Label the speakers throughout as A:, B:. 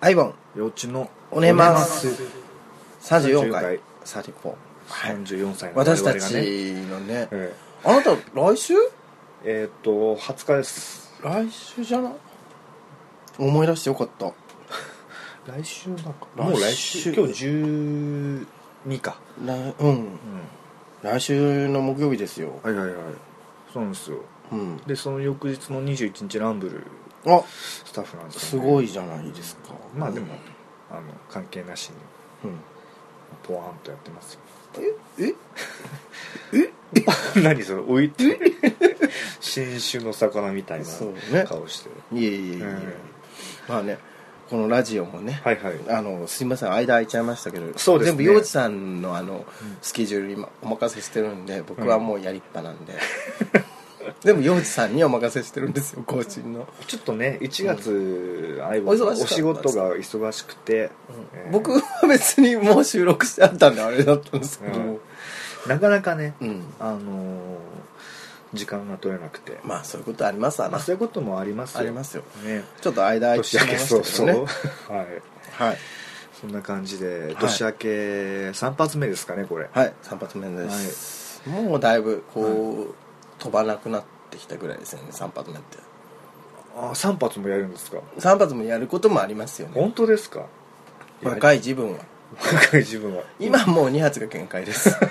A: アイボン
B: 幼稚の
A: おねます34
B: 34
A: 回
B: 回
A: 34はい
B: 34歳の我
A: 私
B: 々が
A: た
B: ね
A: ちのね
B: え
A: あなた来週
B: ええーっと20日です
A: 来週じゃない思い出してよかった
B: 来週なんか
A: 来週
B: もう来週今日12か
A: 来うん来週の木曜日ですよ
B: はいはいはいそうなんですよ
A: うん
B: でその翌日の21日ランブル
A: あ
B: スタッフなんです
A: す
B: よ、ね、
A: ご
B: い
A: いじゃないですか
B: まあでも、あの関係なしに
A: うん
B: ポワンとやってますよ
A: え
B: 何それ置いて 新種の魚みたい
A: そうね
B: な顔してる、
A: いえいえいえいえ
B: うん
A: まあねこのラジオもね
B: はいはい
A: あのすいません間空いちゃいましたけど
B: そうです
A: 全
B: ね
A: 部洋治さんのあのスケジュールに今お任せしてるんで僕はもうやりっぱなんで、 全部洋治さんにお任せしてるんですよコーチンの、
B: ちょっとね1月、あい
A: お忙しかった
B: お仕事が忙しくて、えー
A: 僕は別にもう収録してあったんであれだったんですけど、
B: うんなかなかね、
A: うん
B: あのー時間が取れなくて、
A: まあそういうことありますわ
B: ま
A: な
B: あ、そういうこともありますよ
A: ありますよ
B: ね
A: ちょっと間空いてし
B: 年
A: ま
B: 明
A: い
B: け
A: ま
B: そう
A: した
B: そ
A: け
B: う、
A: どね
B: は
A: は
B: い
A: い、
B: そんな感じで
A: い
B: 年明け3発目ですかねこれ
A: はい、3発目です、もうだいぶこう、飛ばなくなってきたぐらいですよね3発目って
B: あ3発もやるんですか
A: 3発もやることもありますよね
B: 本当ですか
A: 若い自分は
B: 若い自分は
A: 今もう2発が限界です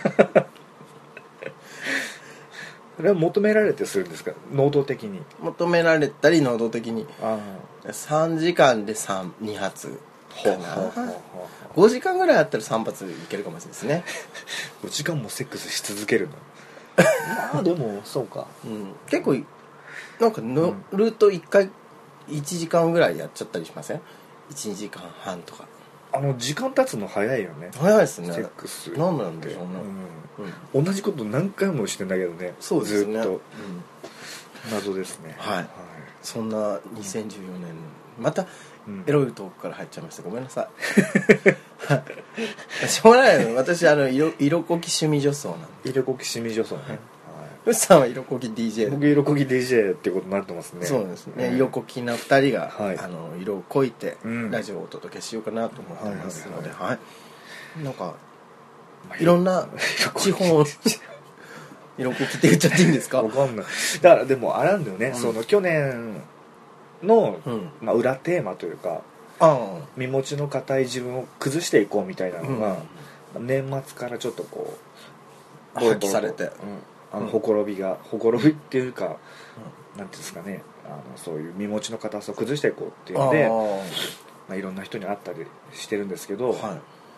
B: それは求められてするんですか能動的に
A: 求められたり能動的に
B: あ
A: 3時間で2発
B: ほう
A: か
B: ほうほうほう
A: な
B: ほ
A: 5時間ぐらいあったら3発いけるかもしれないですね、
B: うお時間もセックスし続けるのまあでもそうか
A: うん、結構なんか乗
B: ん
A: ると1回1時間ぐらいやっちゃったりしません12時間半とか
B: あの時間経つの早いよね
A: 早いです
B: セ
A: ね
B: ックス
A: なんなんでしょうね、うん
B: うん同じこと何回もしてんだけどね
A: そうですね
B: ず
A: う
B: っ
A: ん
B: と謎ですね
A: はいそんな2014年また
B: うん
A: エロいトークから入っちゃいましたごめんなさい しょうがないよ私あの色色こき趣味女装なんで
B: 色こきしみ女装ねは
A: ウッさんは色こき
B: い
A: DJ
B: 僕色こき DJ ってことになってますね
A: そうですね、
B: ん
A: 色こきな2人が、
B: はい
A: あの色をこいて、
B: うん
A: ラジオをお届けしようかなと思ってますので、は
B: はい
A: なんか
B: まあ
A: いろんな地方の 色こきって言っちゃっていいんですか
B: わかんないだからでもあれなんだよね、
A: うん
B: その去年の、
A: うん
B: まあ、裏テーマというか
A: あ
B: 身持ちの硬い自分を崩していこうみたいな
A: あ、
B: のが、年末からちょっとこう
A: 発揮されて、
B: あ
A: う
B: の
A: ん
B: ほころびがほころびっていうか、なんていうんですかねあのそういう身持ちの硬さを崩していこうっていうので
A: ああ
B: まあ、いろんな人に会ったりしてるんですけど、
A: はい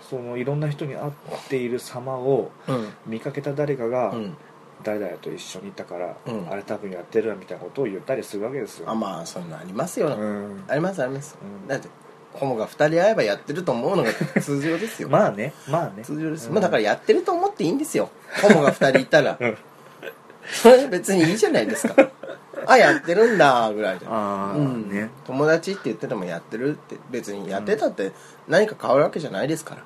B: そのいろんな人に会っている様を
A: うん
B: 見かけた誰かが、
A: うん、
B: 誰々と一緒にいたから、
A: うん
B: あれ多分やってるわみたいなことを言ったりするわけですよ
A: あまあそういうのありますよ、
B: うん
A: ありますあります、
B: うん
A: だってホモが2人会えばやってると思 うのが通常ですよ
B: まあねまあね
A: 通常です、
B: うん
A: まあ、だからやってると思っていいんですよホモが2人いたら、
B: うん
A: それ別にいいじゃないですかあやってるんだぐらいで
B: ああ、
A: うん
B: ね
A: 友達って言っててもやってるって別にやってたって何か変わるわけじゃないですから、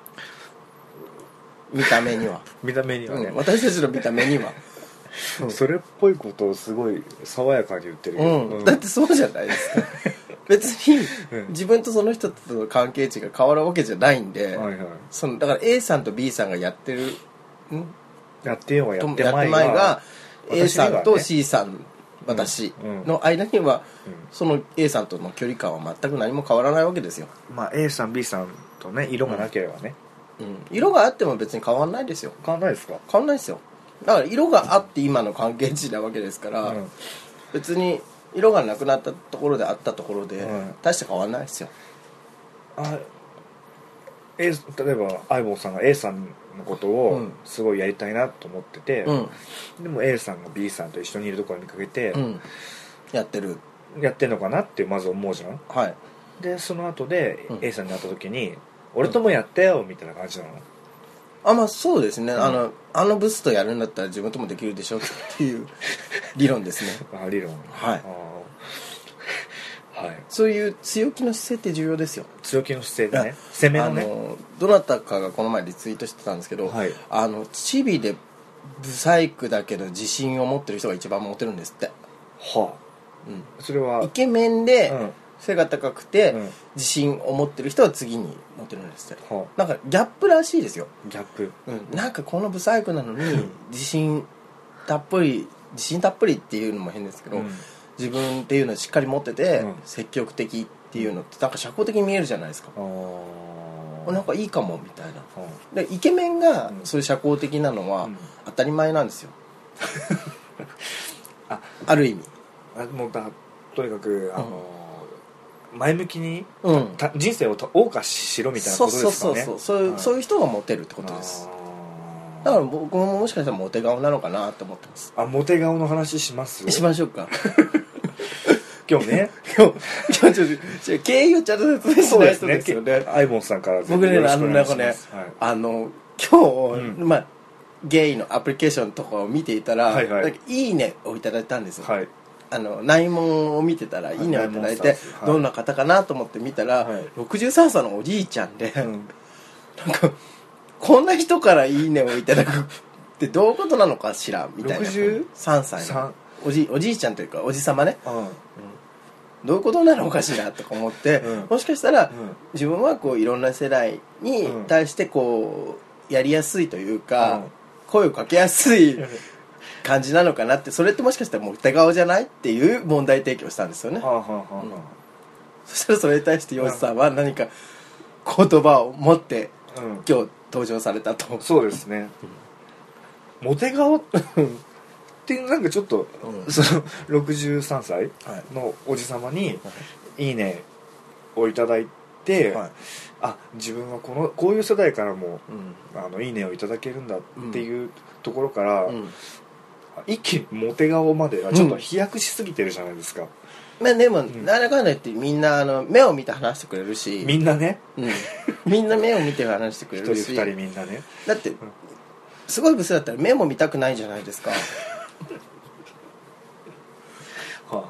A: 見た目に は、
B: 見た目にはね
A: うん、私たちの見た目には、
B: うんそれっぽいことをすごい爽やかに言ってるよ
A: うん
B: うん
A: だってそうじゃないですか別に
B: うん
A: 自分とその人との関係値が変わるわけじゃないんで、
B: はいはい
A: そのだから A さんと B さんがやってるん
B: やってようがや
A: と
B: って
A: や
B: ま
A: って
B: い
A: 前
B: が
A: が A
B: 私に
A: さ
B: はね
A: んと C さん私
B: うん
A: の間には
B: うん
A: その A さんとの距離感は全く何も変わらないわけですよ、
B: まあ A さん B さんとね色がなければね、
A: うん、色があっても別に変わらないですよ
B: 変わんないですか
A: 変わんないですよだから色があって今の関係値なわけですから、
B: うん
A: 別に色がなくなったところであったところで、
B: うん
A: 大して変わらないですよ
B: あ A 例えば相棒さんが A さんのこと
A: う
B: を
A: ん
B: すごいやりたいなと思ってて、
A: うん、
B: でも A さんが B さんと一緒にいるところを見かけて
A: う、ん、やってる
B: やってんのかなってまず思うじゃん
A: はい
B: でその後で
A: うん
B: A さんに会った時に、俺ともやってよみたいな感じなの、
A: あまあそうですね、
B: ん
A: あのあのブスとやるんだったら自分ともできるでしょって いう理論ですね
B: あ理論
A: はい
B: あー はい
A: そういう強気の姿勢って重要ですよ
B: 強気の姿勢でね
A: あ
B: 攻めの
A: あ
B: ね
A: のどなたかがこの前リツイートしてたんですけど、
B: はい
A: あのチビでブサイクだけど自信を持ってる人が一番モテるんですって、
B: は
A: うん
B: あそれは
A: イケメンで、
B: うん
A: 背が高くて、
B: うん
A: 自信を持ってる人は次にモテるんですって、
B: は
A: なんかギャップらしいですよ、
B: ギャップ
A: うん、なんかこのブサイクなの に自信たっぷり自信たっぷりっていうのも変ですけど、
B: うん
A: 自分っていうのをしっかり持ってて、
B: うん
A: 積極的っていうのってなんか社交的に見えるじゃないですか、
B: あ
A: あなん
B: か
A: かいいかもみたいなでイケメンがそういう社交的なのは
B: うん
A: 当たり前なんですよ、
B: あ
A: ある意味
B: あもうだとにかくあの前向きに
A: うん
B: た人生をた謳歌しろみたいな
A: そ
B: こ
A: う
B: と
A: そ
B: で
A: う
B: す
A: そ
B: か
A: う
B: ね
A: そうそういうそう
B: いう
A: いう人がモテるってことですだから僕ももしかしたらモテ顔なのかなと思ってます
B: あモテ顔の話します
A: しましょうか
B: 今 日ね
A: 今日今日ちょっとちょっと経由をちゃんと説明しないとですよね
B: アイボンさんから
A: 僕ね
B: よろし
A: あ
B: く
A: の
B: お
A: な
B: 願い
A: んか
B: しま
A: ね
B: すはい
A: あの今日、
B: うん
A: まあゲイのアプリケーションとかを見ていたら「
B: はいいはい
A: い、いいね」をいただいたんですよ、
B: はい
A: あの内門を見てたら「い
B: い
A: いね」をいただい
B: 内門スタ
A: て
B: ンスはい
A: どんな方かなと思って見たら、
B: はい
A: 63歳のおじいちゃんで、なんかこんな人から「いいね」をいただくってどういうことなのかしらみたいな
B: 63
A: 3歳の
B: 三
A: おじおじいちゃんというかおじさまね
B: うん
A: どういうことなのかしらとか思って、
B: うん
A: もしかしたら、
B: うん
A: 自分はこういろんな世代に対してこうやりやすいというか、
B: うん
A: 声をかけやすい感じなのかなってそれってもしかしたらモテ顔じゃないっていう問題提起をしたんですよね
B: はあはあは
A: そしたらそれに対して洋一さんは何か言葉を持って
B: あうん
A: 今日登場されたと
B: そうですねモテ顔ってなんかちょっと、
A: うん
B: その63歳
A: はい
B: のおじさまに「いいね」をいただいて、
A: はい
B: あ自分はこのこういう世代からも
A: うん
B: 「あのいいね」をいただけるんだっていうところから、
A: うん
B: 一気にモテ顔まではちょっと飛躍しすぎてるじゃないですか、
A: まあでも、
B: ん
A: なんだかんだ言ってみんなあの目を見て話してくれるし
B: みんなね
A: うんみんな目を見て話してくれ
B: 一
A: る
B: 人
A: し
B: 二人みんなね
A: だってすごいブスだったら目も見たくないじゃないです かで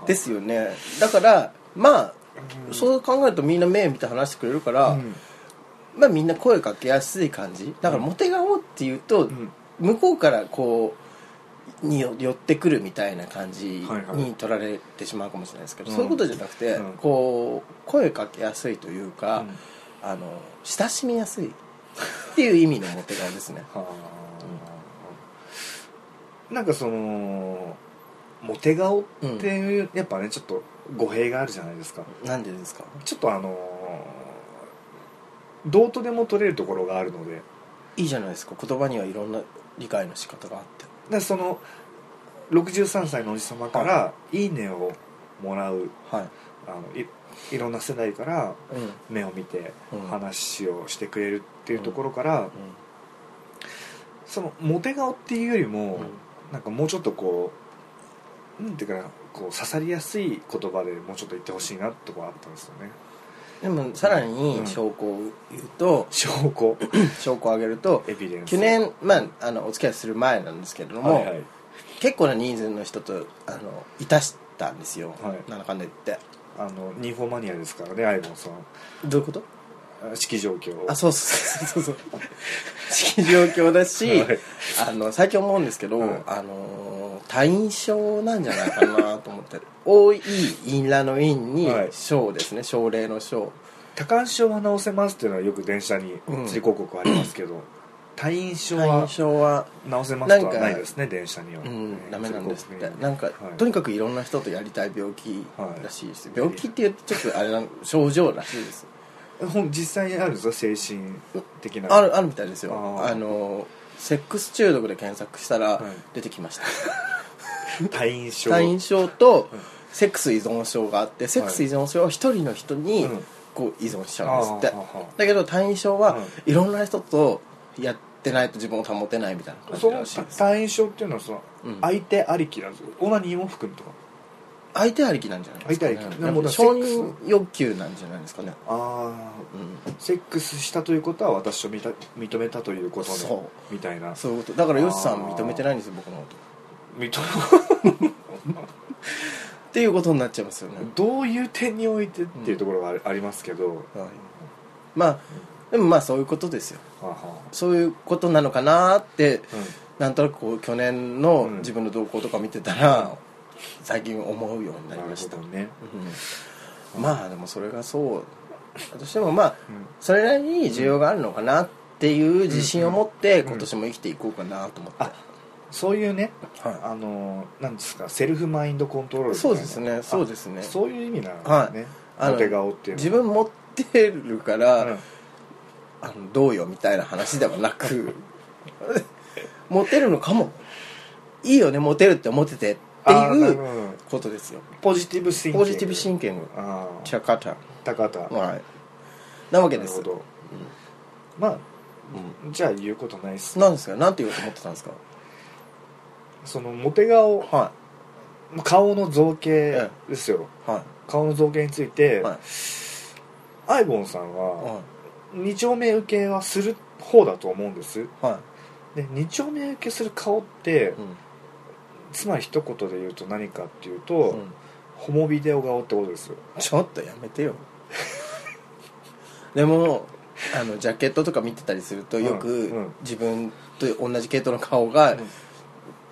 B: です
A: よねだからまあそう考えるとみんな目見て話してくれるから、
B: うん
A: まあみんな声かけやすい感じだからモテ顔っていうと、
B: うん
A: 向こうからこうによ寄ってくるみたいな感じ
B: はいはい
A: に取られてしまうかもしれないですけど、
B: うん
A: そういうことじゃなくて、
B: うん
A: こう声かけやすいというか、
B: うん
A: あの親しみやすいっていう意味のモテ顔ですね
B: はあなんかそのモテ顔っていう、やっぱねちょっと語弊があるじゃないですか
A: なんでですか
B: ちょっとあのーどうとでも取れるところがあるのでだか
A: いいじゃないですか言葉にはいろんな理解の仕方があって
B: らその63歳のおじさまから「いいね」をもらう
A: はい、
B: あのいいろんな世代から
A: うん
B: 目を見て
A: うん
B: 話をしてくれるっていうところから、そのモテ顔っていうよりも、なんかもうちょっとこうなんていうかなこう刺さりやすい言葉でもうちょっと言ってほしいなとこあったんですよね
A: でもさらに証拠を言うと、
B: 証拠
A: 証拠を挙げると
B: エビデンス
A: 去年、まあ、あのお付き合いする前なんですけれども、
B: はいはい
A: 結構な人数の人とあのいたしたんですよ、
B: はい
A: なんだかんだ言って
B: あのニーフォーマニアですからねアイボンさん
A: どういうこと
B: あ式状況を
A: あそうそうそう そうそう式状況だし、
B: はい
A: あの最近思うんですけど、
B: はい
A: あのー退院症なんじゃないかなと思って 多いインラのインに
B: はい
A: 症ですね症例の症
B: 多感症は治せますっていうのはよく電車に
A: うん
B: 釣り広告ありますけ ど、退院症
A: 退
B: は
A: 院
B: 治
A: 症は
B: せますと
A: なん
B: は
A: か
B: ないですね電車には、
A: うん、ダメなんですって
B: 釣り広告に
A: なんか、
B: はい
A: とにかくいろんな人とやりたい病気らしいです、病気って言うとちょっとあれな症状らしいです
B: ほん実際にあるんですか精神的な
A: あるあるみたいですよ
B: あ
A: あ
B: ー
A: のセックス中毒で検索したら
B: はい
A: 出てきました、
B: 退院症
A: 退院症とセックス依存症があってセックス依存症は一人の人に
B: うん
A: こう依存しちゃうんですって、
B: あーはーはー
A: だけど退院症は
B: はい
A: ろんな人とやってないと自分を保てないみたいな感じ
B: その
A: らしいです
B: 退院症っていうのはその
A: うん
B: 相手ありきなんですよオナニーも含むとか
A: 相手ありきなんじゃないですか、ね、
B: 相手ありき
A: なんか承認欲求なんじゃないですかね、
B: あ
A: うん、
B: あセックスしたということは私を認め認めたということね
A: そ
B: みたいな
A: そういうことだからヨシさんは認めてないんですよ僕のこと
B: 認め
A: っていうことになっちゃいますよね、
B: どういう点においてっていうところがあり,、ありますけど
A: はい、まあでもまあそういうことですよ
B: はあは
A: そういうことなのかなって
B: あうん
A: なんとなくこう去年の
B: うん
A: 自分の動向とか見てたら、最近思うようになりました、
B: なるほどね
A: うんまあでもそれがそうだとしてもまあ
B: うん
A: それなりに需要があるのかなっていう自信を持って
B: うん
A: 今年も生きていこうかなと思って、
B: あそういうね、
A: はい
B: あのなんですかセルフマインドコントロールみたい
A: そう
B: な
A: ですねそうですね
B: あそういう意味なんですね、
A: はいあの
B: モテ顔っていうの
A: 自分持ってるから、
B: うん
A: あのどうよみたいな話ではなく モテるのかもいいよねモテるって思っててって
B: あーないる
A: う
B: ほど
A: ことですよ
B: ポジティブシンキン
A: ポ
B: グ
A: ジティブシンキング
B: ああ
A: チャカタ
B: 高田
A: はいなわけ
B: な
A: で
B: る
A: す
B: ほど、まあ
A: う
B: じゃあ言うことないっす
A: ん、なんですかなんて言おうと思ってたんですか
B: そのモテ顔
A: は
B: 顔の造形ですよ、
A: いは
B: 顔の造形について、
A: はい
B: アイボンさん
A: い
B: は
A: は
B: 二丁目受けはする方だと思うんです
A: いは
B: で二丁目受けする顔って、
A: いうん
B: つまり一言で言うと何かっていうと、
A: うん
B: ホモビデオ顔ってことですよ
A: ちょっとやめてよ でもあのジャケットとか見てたりすると
B: うん
A: よく
B: うん
A: 自分と同じ系統の顔が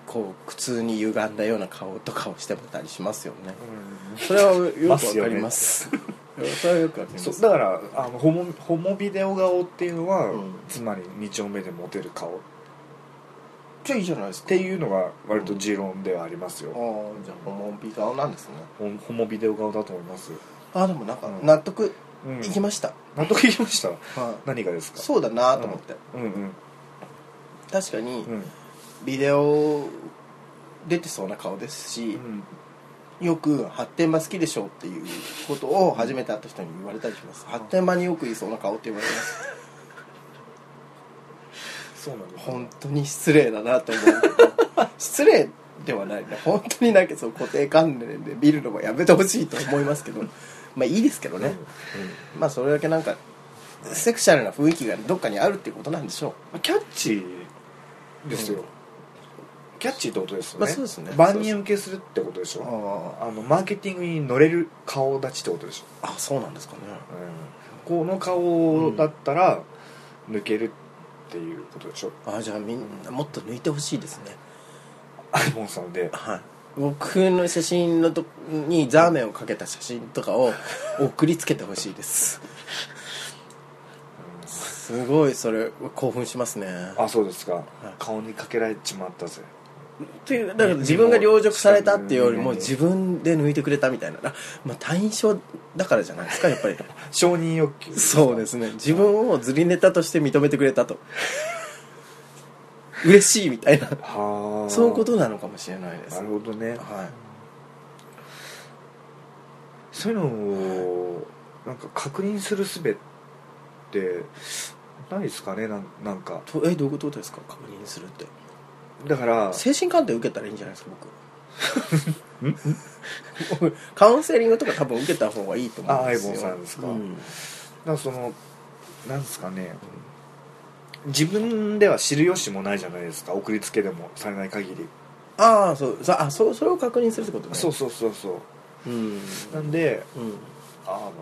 A: こう苦痛に歪んだような顔とかをしてたりしますよねそれはよくわかりますそれはよくわかりま
B: そう
A: す
B: だからあのホモホモビデオ顔っていうのは、
A: うん
B: つまり二丁目でモテる顔っ
A: じゃあいいじゃないです
B: ていうのが割と持論ではありますよ
A: あ、あじゃあホモビ顔なんですね
B: ホホモビデオ顔だと思います、
A: ああでもなんか
B: うん
A: 納得
B: うん
A: いきました、
B: 納得いきました
A: はい
B: 何がですか
A: そうだなと思って、
B: うんうん
A: 確かに
B: うん
A: ビデオ出てそうな顔ですし、
B: うん
A: よく発展場好きでしょうっていうことを初めて会った人に言われたりします発展場によくいそうな顔って言われます
B: そうなんです
A: 本当に失礼だなと思う失礼ではないね本当になんかその固定観念で見るのもやめてほしいと思います けどまあいいですけどね、まあそれだけなんかセクシャルな雰囲気がどっかにあるっていうことなんでしょ
B: キャッチーですよ、
A: うん
B: キャッチーってことですよね,、
A: まあそうですね
B: 万人受けするってことでし
A: う
B: ょ
A: あ
B: あのマーケティングに乗れる顔立ちってことでしょ、
A: あそうなんですかね
B: この顔だったら抜けるっていうことでしょ、
A: ああじゃあみんなもっと抜いてほしいですね
B: アイボンさんで
A: はい、僕の写真のとこにザーメンをかけた写真とかを送りつけてほしいですすごいそれ興奮しますね
B: あそうですか、顔にかけられちまったぜ
A: というだから自分が
B: でも
A: 凌辱されたっていうよりも
B: うん
A: 自分で抜いてくれたみたいな、あまあ、単位症だからじゃないですかやっぱ り
B: 承認欲求
A: そうですね自分をずりネタとして認めてくれたと嬉しいみたいな
B: はあ
A: そういうことなのかもしれないです
B: なるほどね
A: はい
B: そういうのをなんか確認する術ってないですかねなんなんか
A: とえどういうことですか確認するって
B: だから
A: 精神鑑定受けたらいいんじゃないですか僕 僕カウンセリングとか多分受けた方がいいと思うんですよ
B: あ相棒さんですか
A: うん
B: なんかそのなんですかね自分では知る由もないじゃないですか送りつけでもされない限り、
A: ああそうさあそうそれを確認するってことね
B: そうそうそうそう
A: うん、
B: なんで
A: うん、
B: あの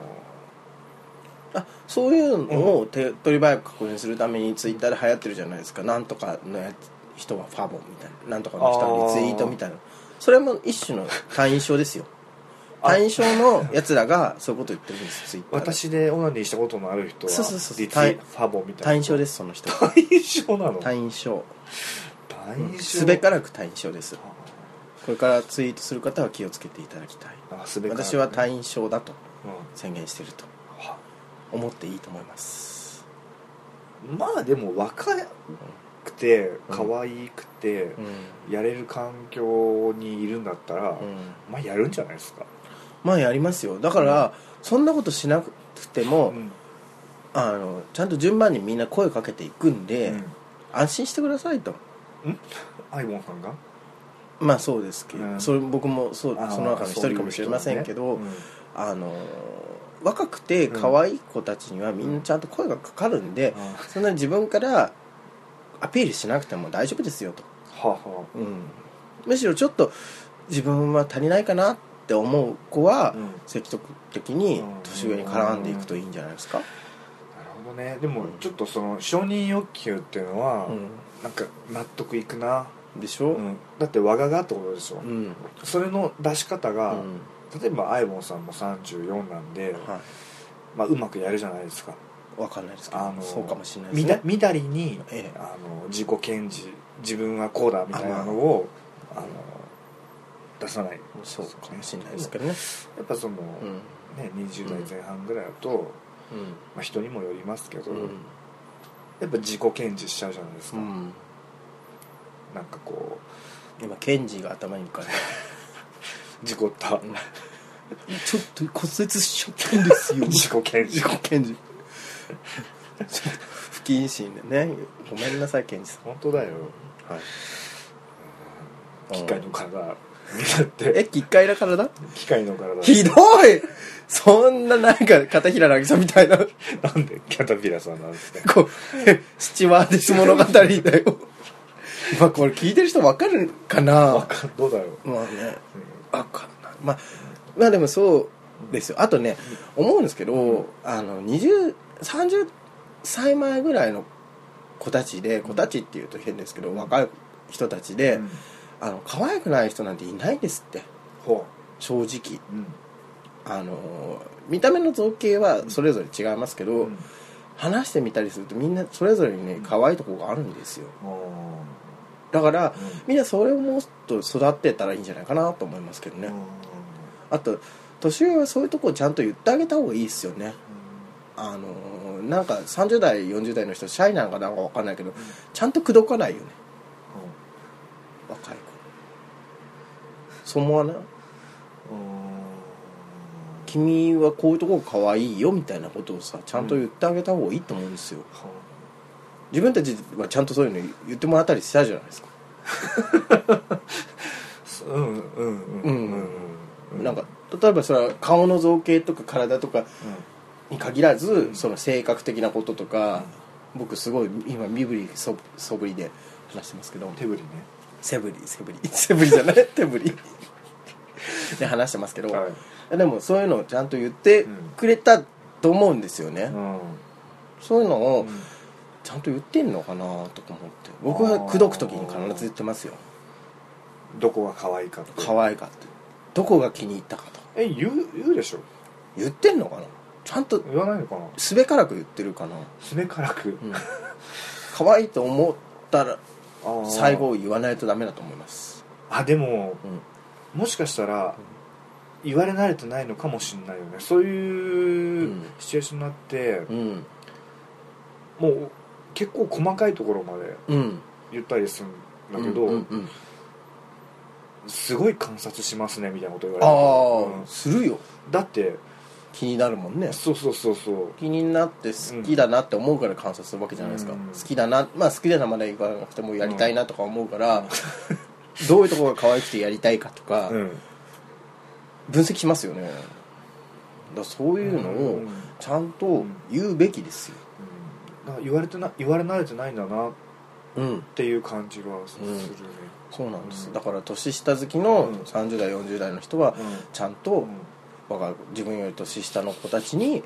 A: あそういうのを手っ取り早く確認するためにツイッターで流行ってるじゃないですかなんとかのやつ人はファボみたいななんとかの人はリツイートみたいなそれも一種の単位症ですよ
B: あ
A: 単位症のやつらがそういうこと言ってるんですツイッターで
B: 私でオナニーしたことのある人は
A: そうそうそう
B: リツイ
A: 単
B: ファボみたいな
A: 単位症ですその人
B: 単位症なの
A: 単位症
B: 単位症
A: すべからく退院症ですこれからツイートする方は気をつけていただきたい
B: あすべから
A: 私は
B: 単
A: 退院症だと
B: うん
A: 宣言していると
B: は
A: 思っていいと思います
B: まあでも若くて可愛くて
A: うん、
B: やれる環境にいるんだったら、
A: うん
B: まあやるんじゃないですか、
A: まあやりますよだから、そんなことしなくても、あのちゃんと順番にみんな声かけていくんで、
B: うん
A: 安心してくださいと
B: アイボンさんが
A: まあそうですけど、
B: うん
A: それ僕もそう
B: あー
A: その中の一人かもしれませんけど、
B: そういう人ね
A: あの若くて可愛い子たちにはみんなちゃんと声がかかるんで、
B: うんあは
A: そんなに自分からアピールしなくても大丈夫ですよと、
B: あは
A: うん、むしろちょっと自分は足りないかなって思う子は、
B: あ、なる
A: 積極的に
B: うん
A: 年上に絡んでいくといいんじゃないですか、
B: ほどねでもちょっとその承認欲求っていうのは、
A: う
B: なんか納得いくな、
A: ん、でしょ、
B: うんだってわががってことでしょ、
A: うん
B: それの出し方
A: う
B: が
A: ん
B: 例えばアイボンさんも34なんで、
A: は
B: まあ、うまくやるじゃないですか
A: い、わかんないですけど、
B: あの
A: そうかもしれないで
B: み
A: す
B: だ
A: ね
B: みだりに、
A: ええ
B: あの自己検事自分はこうだみたいなのをあの出さない
A: そうかもしれないですけどね
B: やっぱその、
A: うん
B: ね、20代前半ぐらいだと、まあ、人にもよりますけど、
A: うん
B: やっぱ自己検事しちゃうじゃないです
A: う
B: か、
A: ん
B: なんかこ
A: 今ケンジが頭に浮かんで
B: う事故 った
A: ちょっと骨折しちゃったんです よ
B: 自己検事
A: 自己検事不謹慎でねごめんなさい検事さ
B: 本当だよ
A: んはい
B: 機械の体だって
A: え機械だからだ
B: 機械の体
A: ひどいそんななんか片平渚みたいな
B: なんでキャタピラさんな んですね
A: こうスチュワーデス物語だよまあこれ聞いてる人わかるかな
B: わかんどうだろう、
A: まあね
B: うん
A: わかんないまあまあでもそうですよあとね思うんですけどあの20 30歳前ぐらいの子たちで子たちっていうと変ですけど若い人たちで、
B: うん
A: あの可愛くない人なんていないんですって
B: ほ
A: 正直
B: う、うん
A: あの見た目の造形はそれぞれ違いますけど、
B: うん、
A: 話してみたりするとみんなそれぞれにね可愛いとこがあるんですよ
B: も
A: だから
B: う、うん
A: みんなそれをもっと育ってたらいいんじゃないかなと思いますけどね、あと年上はそういうとこをちゃんと言ってあげた方がいいですよねあのーなんか30代40代の人シャイなんかなんか分かんないけどちゃんと口説かないよね若い子そう思わない君はこういうとこ可愛いよみたいなことをさちゃんと言ってあげた方がいいと思うんですよ自分たちはちゃんとそういうの言ってもらったりしたじゃないですか
B: うんうんうんうんうん
A: なんか例えばそれは顔の造形とか体とかに限らずその性格的なこととか僕すごい今身振りそ素振りで話してますけど
B: 手振りね
A: セブリセブリ セブリじゃない手振りで話してますけど、
B: はい
A: でもそういうのをちゃんと言ってくれたと思うんですよね、
B: う
A: そういうのを
B: ん
A: ちゃんと言ってんのかなとか思って僕は口説く時に必ず言ってますよ
B: どこが可愛いかって
A: 可愛かったどこが気に入ったかとか
B: え言う言うでしょ
A: 言ってんのかなちゃんと
B: 言わないのかな
A: すべからく言ってるかな、
B: すねからく
A: うん、可愛いと思ったら
B: あー
A: 最後を言わないとダメだと思います、
B: あでも
A: うん、
B: もしかしたら言われ慣れてないのかもしれないよねそういううんシチュエーションになって
A: うん
B: もう結構細かいところまで
A: うん
B: 言ったりするんだけ
A: うんうん
B: ど
A: うん
B: すごい観察しますねみたいなこと言わ
A: あ
B: れる
A: あ、
B: と
A: するよ
B: うんだって
A: 気になるもんね
B: そうそうそうそう
A: 気になって好きだなって思うから観察するわけじゃないですか、
B: うん
A: 好きだなまあ好きだなまでいかなくてもやりたいなとか思うから、 どういうところが可愛くてやりたいかとか
B: うん
A: 分析しますよねだからそういうの
B: う
A: を
B: んうん
A: ちゃんと言うべきですよ
B: だから言われてな言われ慣れてないんだなっ
A: うん
B: ていう感じがするね、
A: そうなんです
B: うん
A: だから年下好きの
B: うん
A: 30代40代の人は
B: うん
A: ちゃんと若い自分より年下の子たちに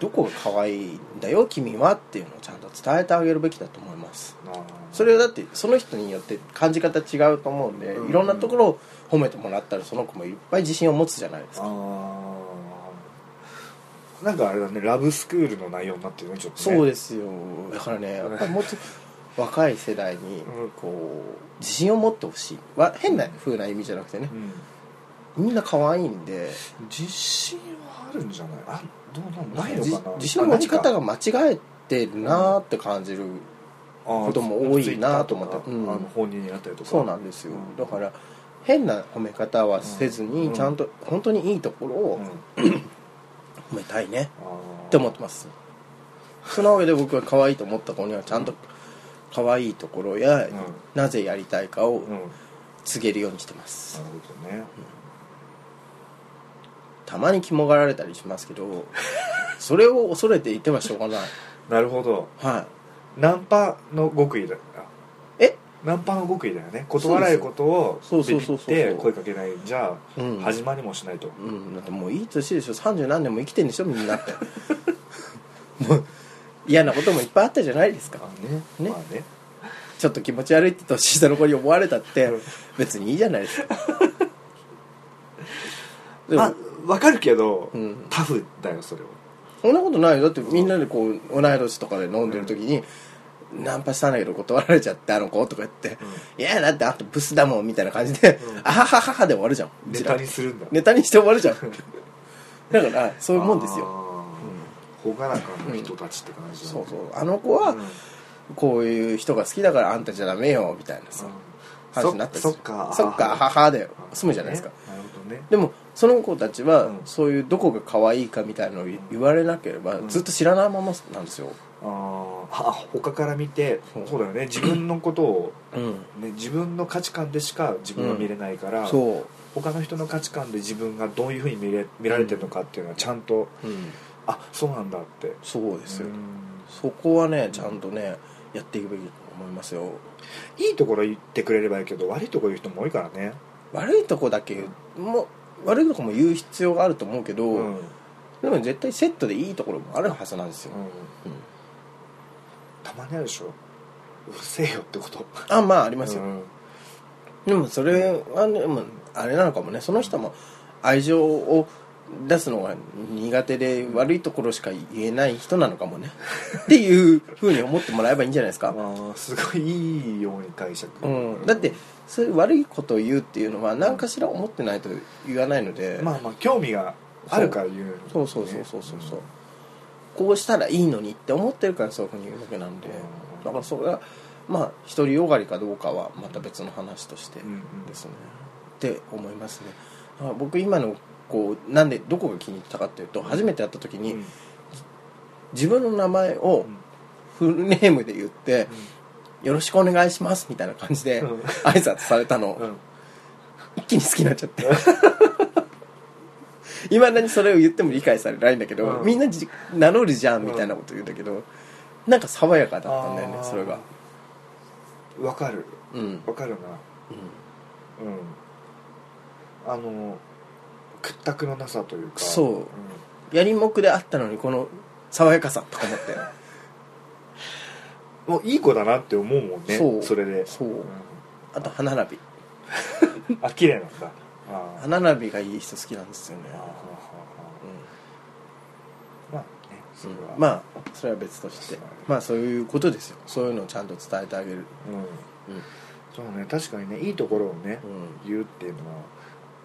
A: どこが可愛いんだよ君はっていうのをちゃんと伝えてあげるべきだと思いますそれはだってその人によって感じ方違うと思うんで、
B: うん
A: いろんなところを褒めてもらったらその子もいっぱい自信を持つじゃないです
B: あ
A: か
B: ーなんかあれだねラブスクールの内容になってるねちょっとね
A: そう
B: で
A: ですよだからねやっぱりもうちょっと若い世代に
B: うん
A: こう自信を持ってほしいわ変な風な意味じゃなくてね
B: ん、
A: みんな可愛いんで
B: 自信はあるんじゃないあどうなんない
A: じ
B: のかな
A: 自信の持ち方
B: あ
A: が間違えてるなーって感じる、ことも多いなと思って
B: あー Twitter
A: うん
B: とかあの本人になったりとか
A: そうなんですよ
B: うん
A: だから変な褒め方はせず
B: う
A: に
B: ん
A: ちゃんと本当にいいところ
B: う
A: を
B: んあ
A: 褒めたいね
B: ー
A: って思ってますその上で僕は可愛いと思った子にはちゃんと可愛いところや、
B: うん
A: なぜやりたいかを
B: うんなる
A: 告げるようにしてます、
B: ほどね
A: たまに肝がられたりしますけどそれを恐れていてはしょうがない
B: なるほど
A: は
B: ナンパの極意だあ
A: いえ
B: ナンパの極意だよね断られることを
A: そう
B: ビ
A: そう
B: ビ
A: そう
B: っ
A: そう
B: て声かけないじゃあ、
A: うん
B: 始まりもしないと
A: うんだってもういい年でしょ30何年も生きてんでしょみんなってもう嫌なこともいっぱいあったじゃないですか
B: ね
A: ね
B: まあね
A: ちょっと気持ち悪いって年下の子に思われたって
B: うん
A: 別にいいじゃないですかでも
B: まあわかるけど、
A: うん
B: タフだよそれは
A: そんなことないよだってみんなでこう同い年とかで飲んでる時に、ナンパしたんだけど断られちゃってあの子とか言って「いやだってあとブスだもん」みたいな感じで
B: うん
A: 「あはははは」で終わるじゃん
B: ネタにするんだ
A: ネタにして終わるじゃんだからそういうもんですよ、
B: よ朗らかな人たちって感じだね
A: そうそうあの子は
B: うん
A: こういう人が好きだからあんたじゃダメよみたいなさ話になったりす
B: そ
A: る
B: そっか
A: そっかははで済むじゃないですか、
B: ねなるほどね
A: でもその子たちは
B: うん
A: そういうどこが可愛いかみたいのを言言われなければ
B: うん
A: ずっと知らないままなんですよ、
B: あーあ他から見て
A: そう
B: そうだよね自分のことを、
A: うん、
B: ね、自分の価値観でしか自分は見れないから、
A: そ
B: 他の人の価値観で自分がどういうふうに見れ見られてるのかっていうのはちゃんと、
A: う、うん、
B: あそうなんだって
A: そうですよ、
B: うん
A: そこはねちゃんとねやっていくべきだと思いますよ
B: いいところ言ってくれればいいけど悪いところ言う人も多いからね
A: 悪いとこだけも悪いとこも言う必要があると思うけど、
B: うん、うん
A: でも絶対セットでいいところもあるはずなんですよ、うん
B: たまにあるでしょうるせえよってこと
A: あまあありますよ、
B: うん
A: でもそれはね、まあ、あれなのかもねその人も愛情を出すのが苦手で悪いところしか言えない人なのかもねっていうふうに思ってもらえばいいんじゃないですか、
B: ああすごいいいように解釈、
A: うん、だってそういう悪いことを言うっていうのは何かしら思ってないと言わないので、
B: まあまあ興味があるから言うのね、
A: そうそうそうそうそうそうこうしたらいいのにって思ってるからそういうふうに言うわけなんで
B: うん
A: だからそれはまあ独りよがりかどうかはまた別の話として
B: うんうん
A: ですね、って思いますねだから僕今のこうなんでどこが気に入ったかっていうと初めて会った時
B: うん
A: に
B: うん
A: 自分の名前をフルネームで言って「よろしくお願いします」みたいな感じで
B: うん
A: 挨拶されたの、
B: うん
A: 一気に好きになっちゃって いまだにそれを言っても理解されないんだけど、
B: うん
A: みんなじ名乗るじゃんみたいなこと言うんだけど、なんか爽やかだったんだよね
B: あー
A: それが
B: わかる
A: うん、うん、
B: わかるなうんあの屈託のなさというか
A: そうんやりもくであったのにこの爽やかさとか思 って、
B: もういい子だなって思うもんね
A: そう
B: れで
A: そう、
B: うん
A: あと歯並び
B: あ綺麗なんだあ
A: 歯並びがいい人好きなんですよね
B: あ、あああああまあねそ
A: うん
B: れは、
A: うん、まあそれは別としてまあそういうことですよそういうのをちゃんと伝えてあげる
B: うん
A: うん
B: そうね確かにねいいところをね
A: うん
B: 言うっていうのは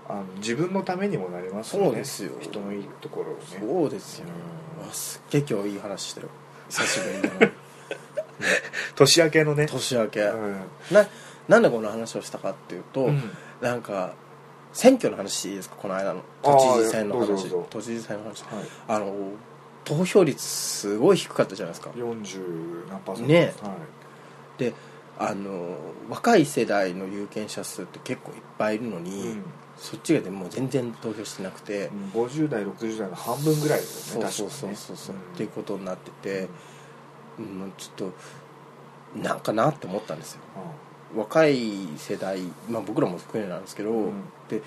B: あの自分のためにもなりますよね
A: そうですよ
B: 人のいいところをね
A: そうですよ、
B: うん
A: わすっげえ今日いい話してる久しぶりだな
B: 年明けのね
A: 年明け、
B: うん
A: ななんでこの話をしたかっていうと、
B: うん
A: なんか選挙の話いいですかこの間の都知事選の
B: あーどうぞ
A: 話
B: どうぞ
A: 都知事選の話
B: はい
A: あの投票率すごい低かったじゃないですか
B: 40何パーセント
A: ね
B: はい
A: であの若い世代の有権者数って結構いっぱいいるのに、
B: うん
A: そっちがでもう全然投票してなくて、
B: うん50代60代の半分ぐらいだよね
A: そうそう
B: 確
A: そ
B: か
A: う
B: ね
A: そうそう、
B: ん
A: っていうことになってて、うん、ちょっとなんかなって思ったんですよ若い世代、まあ、僕らも含めなんですけど、
B: うん
A: で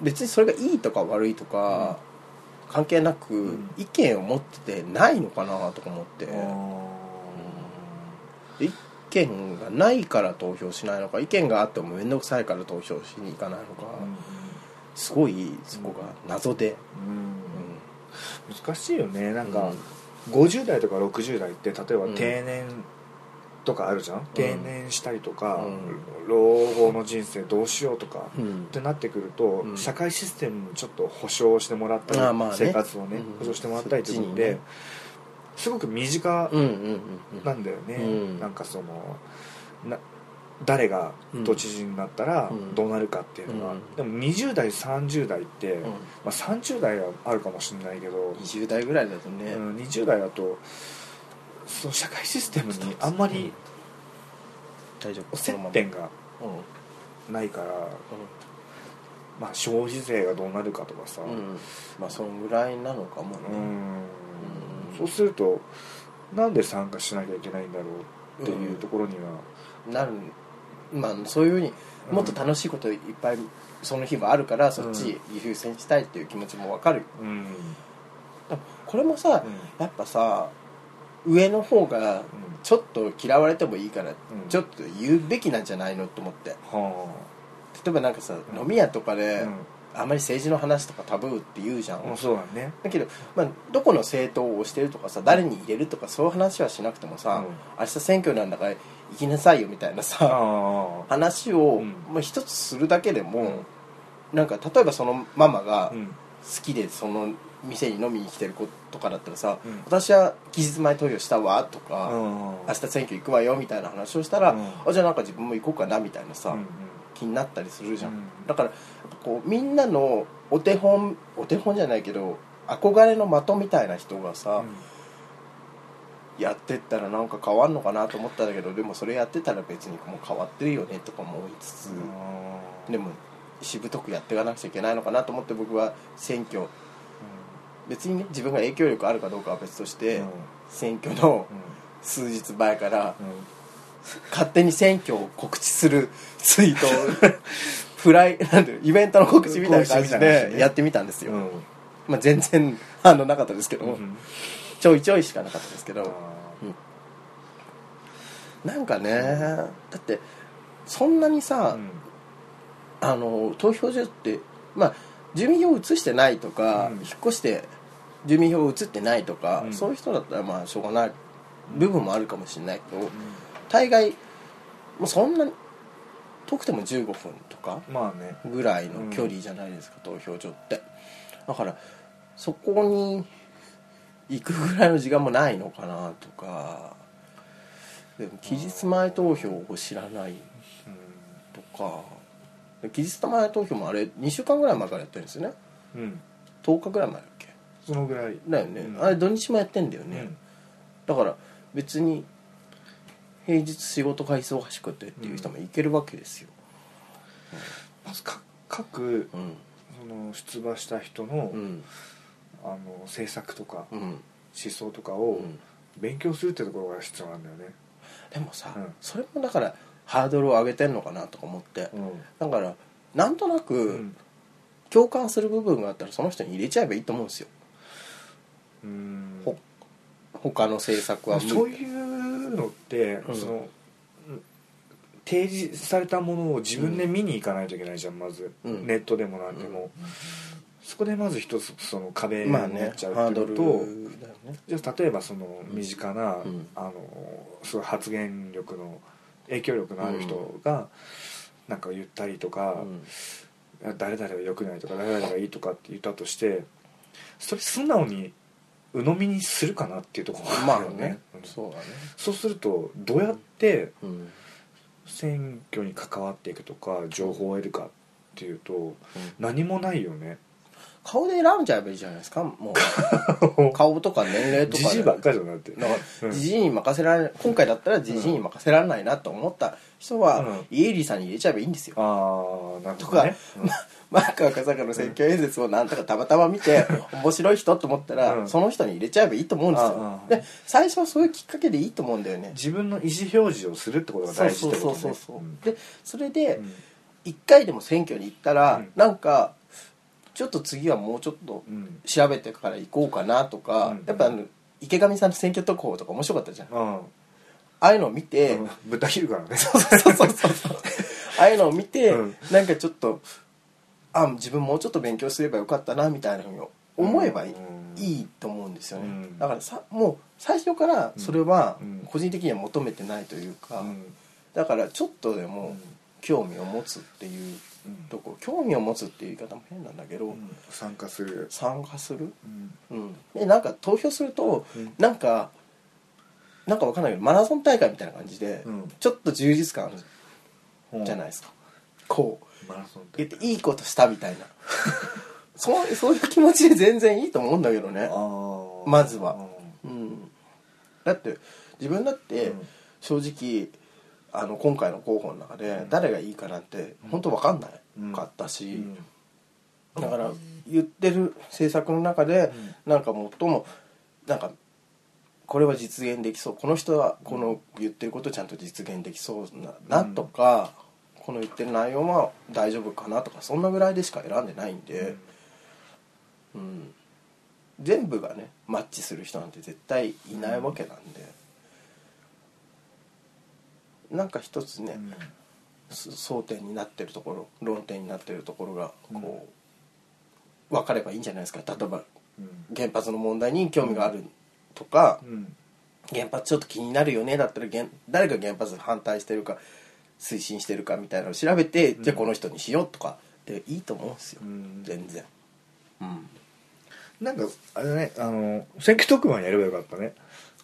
A: 別にそれがいいとか悪いとか、関係なく、
B: うん
A: 意見を持っててないのかなとか思って、
B: うんあ
A: で意見がないから投票しないのか意見があっても面倒くさいから投票しに行かないのか
B: ー、うん
A: すごいそこが謎で、
B: うん
A: う
B: 難しいよねなんか
A: うん
B: 50代とか60代って例えば
A: うん
B: 定年とかあるじゃん定年したりとか
A: うん
B: 老後の人生どうしようとか
A: ん
B: ってなってくると
A: うん
B: 社会システムにちょっと保障してもらったり
A: あーまあね
B: 生活をね
A: うん
B: 保障してもらったりっていうの
A: そっち
B: で
A: にね
B: すごく身近
A: うんうんうんうん
B: なんだよね、
A: うん
B: なんかそのな誰が都知事になったら
A: うん
B: どうなるかっていうのは、
A: うん
B: でも20代30代って、
A: うん
B: まあ、30代はあるかもしれないけど、
A: 20代ぐらいだと
B: う
A: ね、
B: ん、20代だとその社会システムにあんまり
A: 大丈夫
B: 接
A: このまま
B: 点が
A: うんうん
B: ないから、まあ、消費税がどうなるかとかさ、
A: うんまあそのぐらいなのかもね、
B: うんそうするとなんで参加しなきゃいけないんだろうっていうところには、
A: なるまあそういうふうにもっと楽しいこといっぱいその日はあるからそっち優先したいっていう気持ちもわかるよ
B: うんうん
A: でもこれもさ、やっぱさ上の方がちょっと嫌われてもいいから、
B: ん
A: ちょっと言うべきなんじゃないのと思って
B: は
A: 例えばなんかさ、
B: うん
A: 飲み屋とか
B: あ、
A: で、
B: うん
A: あまり政治の話とかタブーって言うじゃん、
B: うんそうだね
A: だけど、まあ、どこの政党を推してるとかさ誰に入れるとかそういう話はしなくてもさ、
B: うん
A: 明日選挙なんだから行きなさいよみたいな
B: あ
A: さ
B: あ
A: 話を、
B: うん
A: まあ、一つするだけでも、なんか例えばそのママが
B: う
A: 好
B: ん
A: きでその店に飲みに来てる子とかだったらさ、
B: うん
A: 私は期日前投票したわとか、
B: 明
A: 明日選挙行くわよみたいな話をしたら、
B: うん
A: あじゃあなんか自分も行こうかなみたいなさ、気になったりするじゃん、
B: うん
A: だからこうみんなのお手本お手本じゃないけど憧れの的みたいな人がさ、やってったらなんか変わんのかなと思ったんだけどでもそれやってたら別にもう変わってるよねとかも思いつつ、でもしぶとくやっていかなくちゃいけないのかなと思って僕は選挙別にね自分が影響力あるかどうかは別として、選挙の数日前から勝手に選挙を告知するツイートをフライなんていうのイベントの告知みたいな感じ
B: 告知みたいな
A: で
B: 感じね
A: やってみたんですよ、まあ、全然あのなかったですけど、ちょいちょいしかなかったですけどなんかねだってそんなにさ、あの投票所ってまあ住民票を移してないとか、
B: うん
A: 引っ越して住民票を移ってないとか、
B: うん
A: そういう人だったらまあしょうがない部分もあるかもしれないけど、大概もうそんな遠くても15分とか
B: まあね
A: ぐらいの距離じゃないですか、投票所ってだからそこに行くぐらいの時間もないのかなとかでも期日前投票を知らないとか期日前投票もあれ2週間ぐらい前からやってるんですよね
B: うん
A: 10日ぐらい前だっけ
B: そのぐらい
A: だよね、
B: うん
A: あれ土日もやってんだよね、だから別に平日仕事が忙しくてっていう人も行けるわけですよ、
B: まず各
A: うん、
B: その出馬した人の
A: うん
B: あの政策とか
A: う
B: 思
A: ん
B: 想とか
A: う
B: を
A: ん
B: 勉強するってところが必要なんだよね
A: でもさ、
B: うん
A: それもだからハードルを上げてんのかなとか思って、だからなんとなく共感する部分があったらその人に入れちゃえばいいと思うんですよ、
B: うん
A: ほ他の政策は無理
B: そういうのって、
A: うん
B: そのうん提示されたものを自分で見に行かないといけないじゃんまず、
A: うん
B: ネットでもなんでも、そこでまず一つその壁に
A: まあ
B: な
A: ね
B: っちゃ
A: ハ
B: う
A: ー
B: って
A: ド
B: い
A: ル
B: う
A: だ
B: と、
A: よね
B: じゃあ例えばその
A: うん
B: 身近な、
A: うん
B: あのすごい発言力の影響力のある人がなんか言ったりとか、誰々は良くないとか誰々がいいとかって言ったとしてそれ素直に鵜呑みにするかなっていうところ
A: うん
B: が
A: ま
B: あ
A: あ
B: るよね,うん、
A: ねそうだね
B: そうするとどうやって
A: うん、うん
B: 選挙に関わっていくとか情報を得るかっていうと何もないよね
A: 顔で選んじゃえばいいじゃないですかもう顔とか年齢とか
B: じ
A: で
B: じいばっかりじゃなくて
A: だか
B: う
A: ら
B: ん
A: じじいに任せられない今回だったらじじいに任せられないなと思った人は、
B: うん
A: 家入さんに入れちゃえばいいんですよ、
B: ああなん
A: と
B: と
A: か、
B: かね
A: マーク赤坂の選挙演説をなんとかたまたま見て面白い人と思ったら、
B: うん
A: その人に入れちゃえばいいと思うんですよ
B: ああ
A: で最初はそういうきっかけでいいと思うんだよね
B: 自分の意思表示をするってことが
A: そう
B: 大事
A: そ
B: っ
A: う
B: て
A: そ
B: こ
A: う
B: と
A: そう
B: ね
A: そう、
B: うん
A: でそれで
B: うん
A: 一回でも選挙に行ったら、
B: うん
A: なんかちょっと次はもうちょっと
B: うん
A: 調べてから行こうかなとか、
B: うん
A: やっぱあの池上さんの選挙特報とか面白かったじゃんあ
B: あ
A: あいうのを見て、
B: ー豚切るから ね
A: そうそうそうそうああいうのを見て、
B: うん
A: なんかちょっとあ自分もうちょっと勉強すればよかったなみたいなふうに思えばいい,、
B: うん
A: いいと思うんですよね、
B: うん
A: だからさもう最初からそれは
B: うん
A: 個人的には求めてないというか、
B: うん
A: だからちょっとで
B: う
A: も
B: ん
A: 興味を持つっていうとこ興味を持つっていう言い方も変なんだけど、
B: うん参加する
A: 参加する、
B: うん
A: うん、でなんか投票すると、
B: うん
A: なんかなんかわかんないけどマラソン大会みたいな感じで、
B: うん
A: ちょっと充実感あるじゃないですか、こう
B: マラソンって
A: 言っていいことしたみたいな そうそういう気持ちで全然いいと思うんだけどね
B: あ、ー
A: まずは
B: うん
A: うん、だって自分だって
B: うん
A: 正直、あの今回の候補の中で誰がいいかなんて本当わかんないかったし、
B: うん
A: だから言ってる政策の中で、なんか最もなんかこれは実現できそうこの人はこの言ってることちゃんと実現できそうなな
B: うん
A: とか、この言ってる内容は大丈夫かなとかそんなぐらいでしか選んでないんで、うん全部がねマッチする人なんて絶対いないわけなんで、なんか一つね、
B: うん
A: す争点になってるところ論点になってるところがこう、分かればいいんじゃないですか例えば
B: うん
A: 原発の問題に興味があるとか
B: うん
A: 原発ちょっと気になるよねだったら原誰が原発反対してるか推進してるかみたいなのを調べて、
B: うん
A: じゃあこの人にしようとかでいいと思うんですよ、
B: うん
A: 全然、うん、
B: なんかあれだねあの選挙特番やればよかったね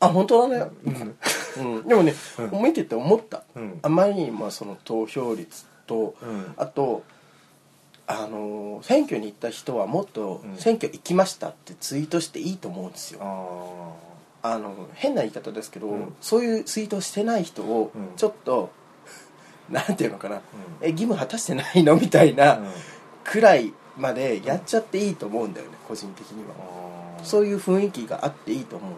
A: あ本当だね、
B: うん
A: うん、でもね、
B: うん
A: 見てて思った、
B: うん
A: あまりにもその投票率と、
B: うん
A: あとあのー選挙に行った人はもっと
B: うん
A: 選挙行きましたってツイートしていいと思うんですよ、
B: あ
A: あの変な言い方ですけど、
B: うん
A: そういうツイートしてない人を
B: うん
A: ちょっと、 なんていうのかな、
B: うん
A: え義務果たしてないのみたいな
B: あ
A: くらいまでやっちゃっていいと思うんだよね個人的にはそうういう雰囲気があっていいと思う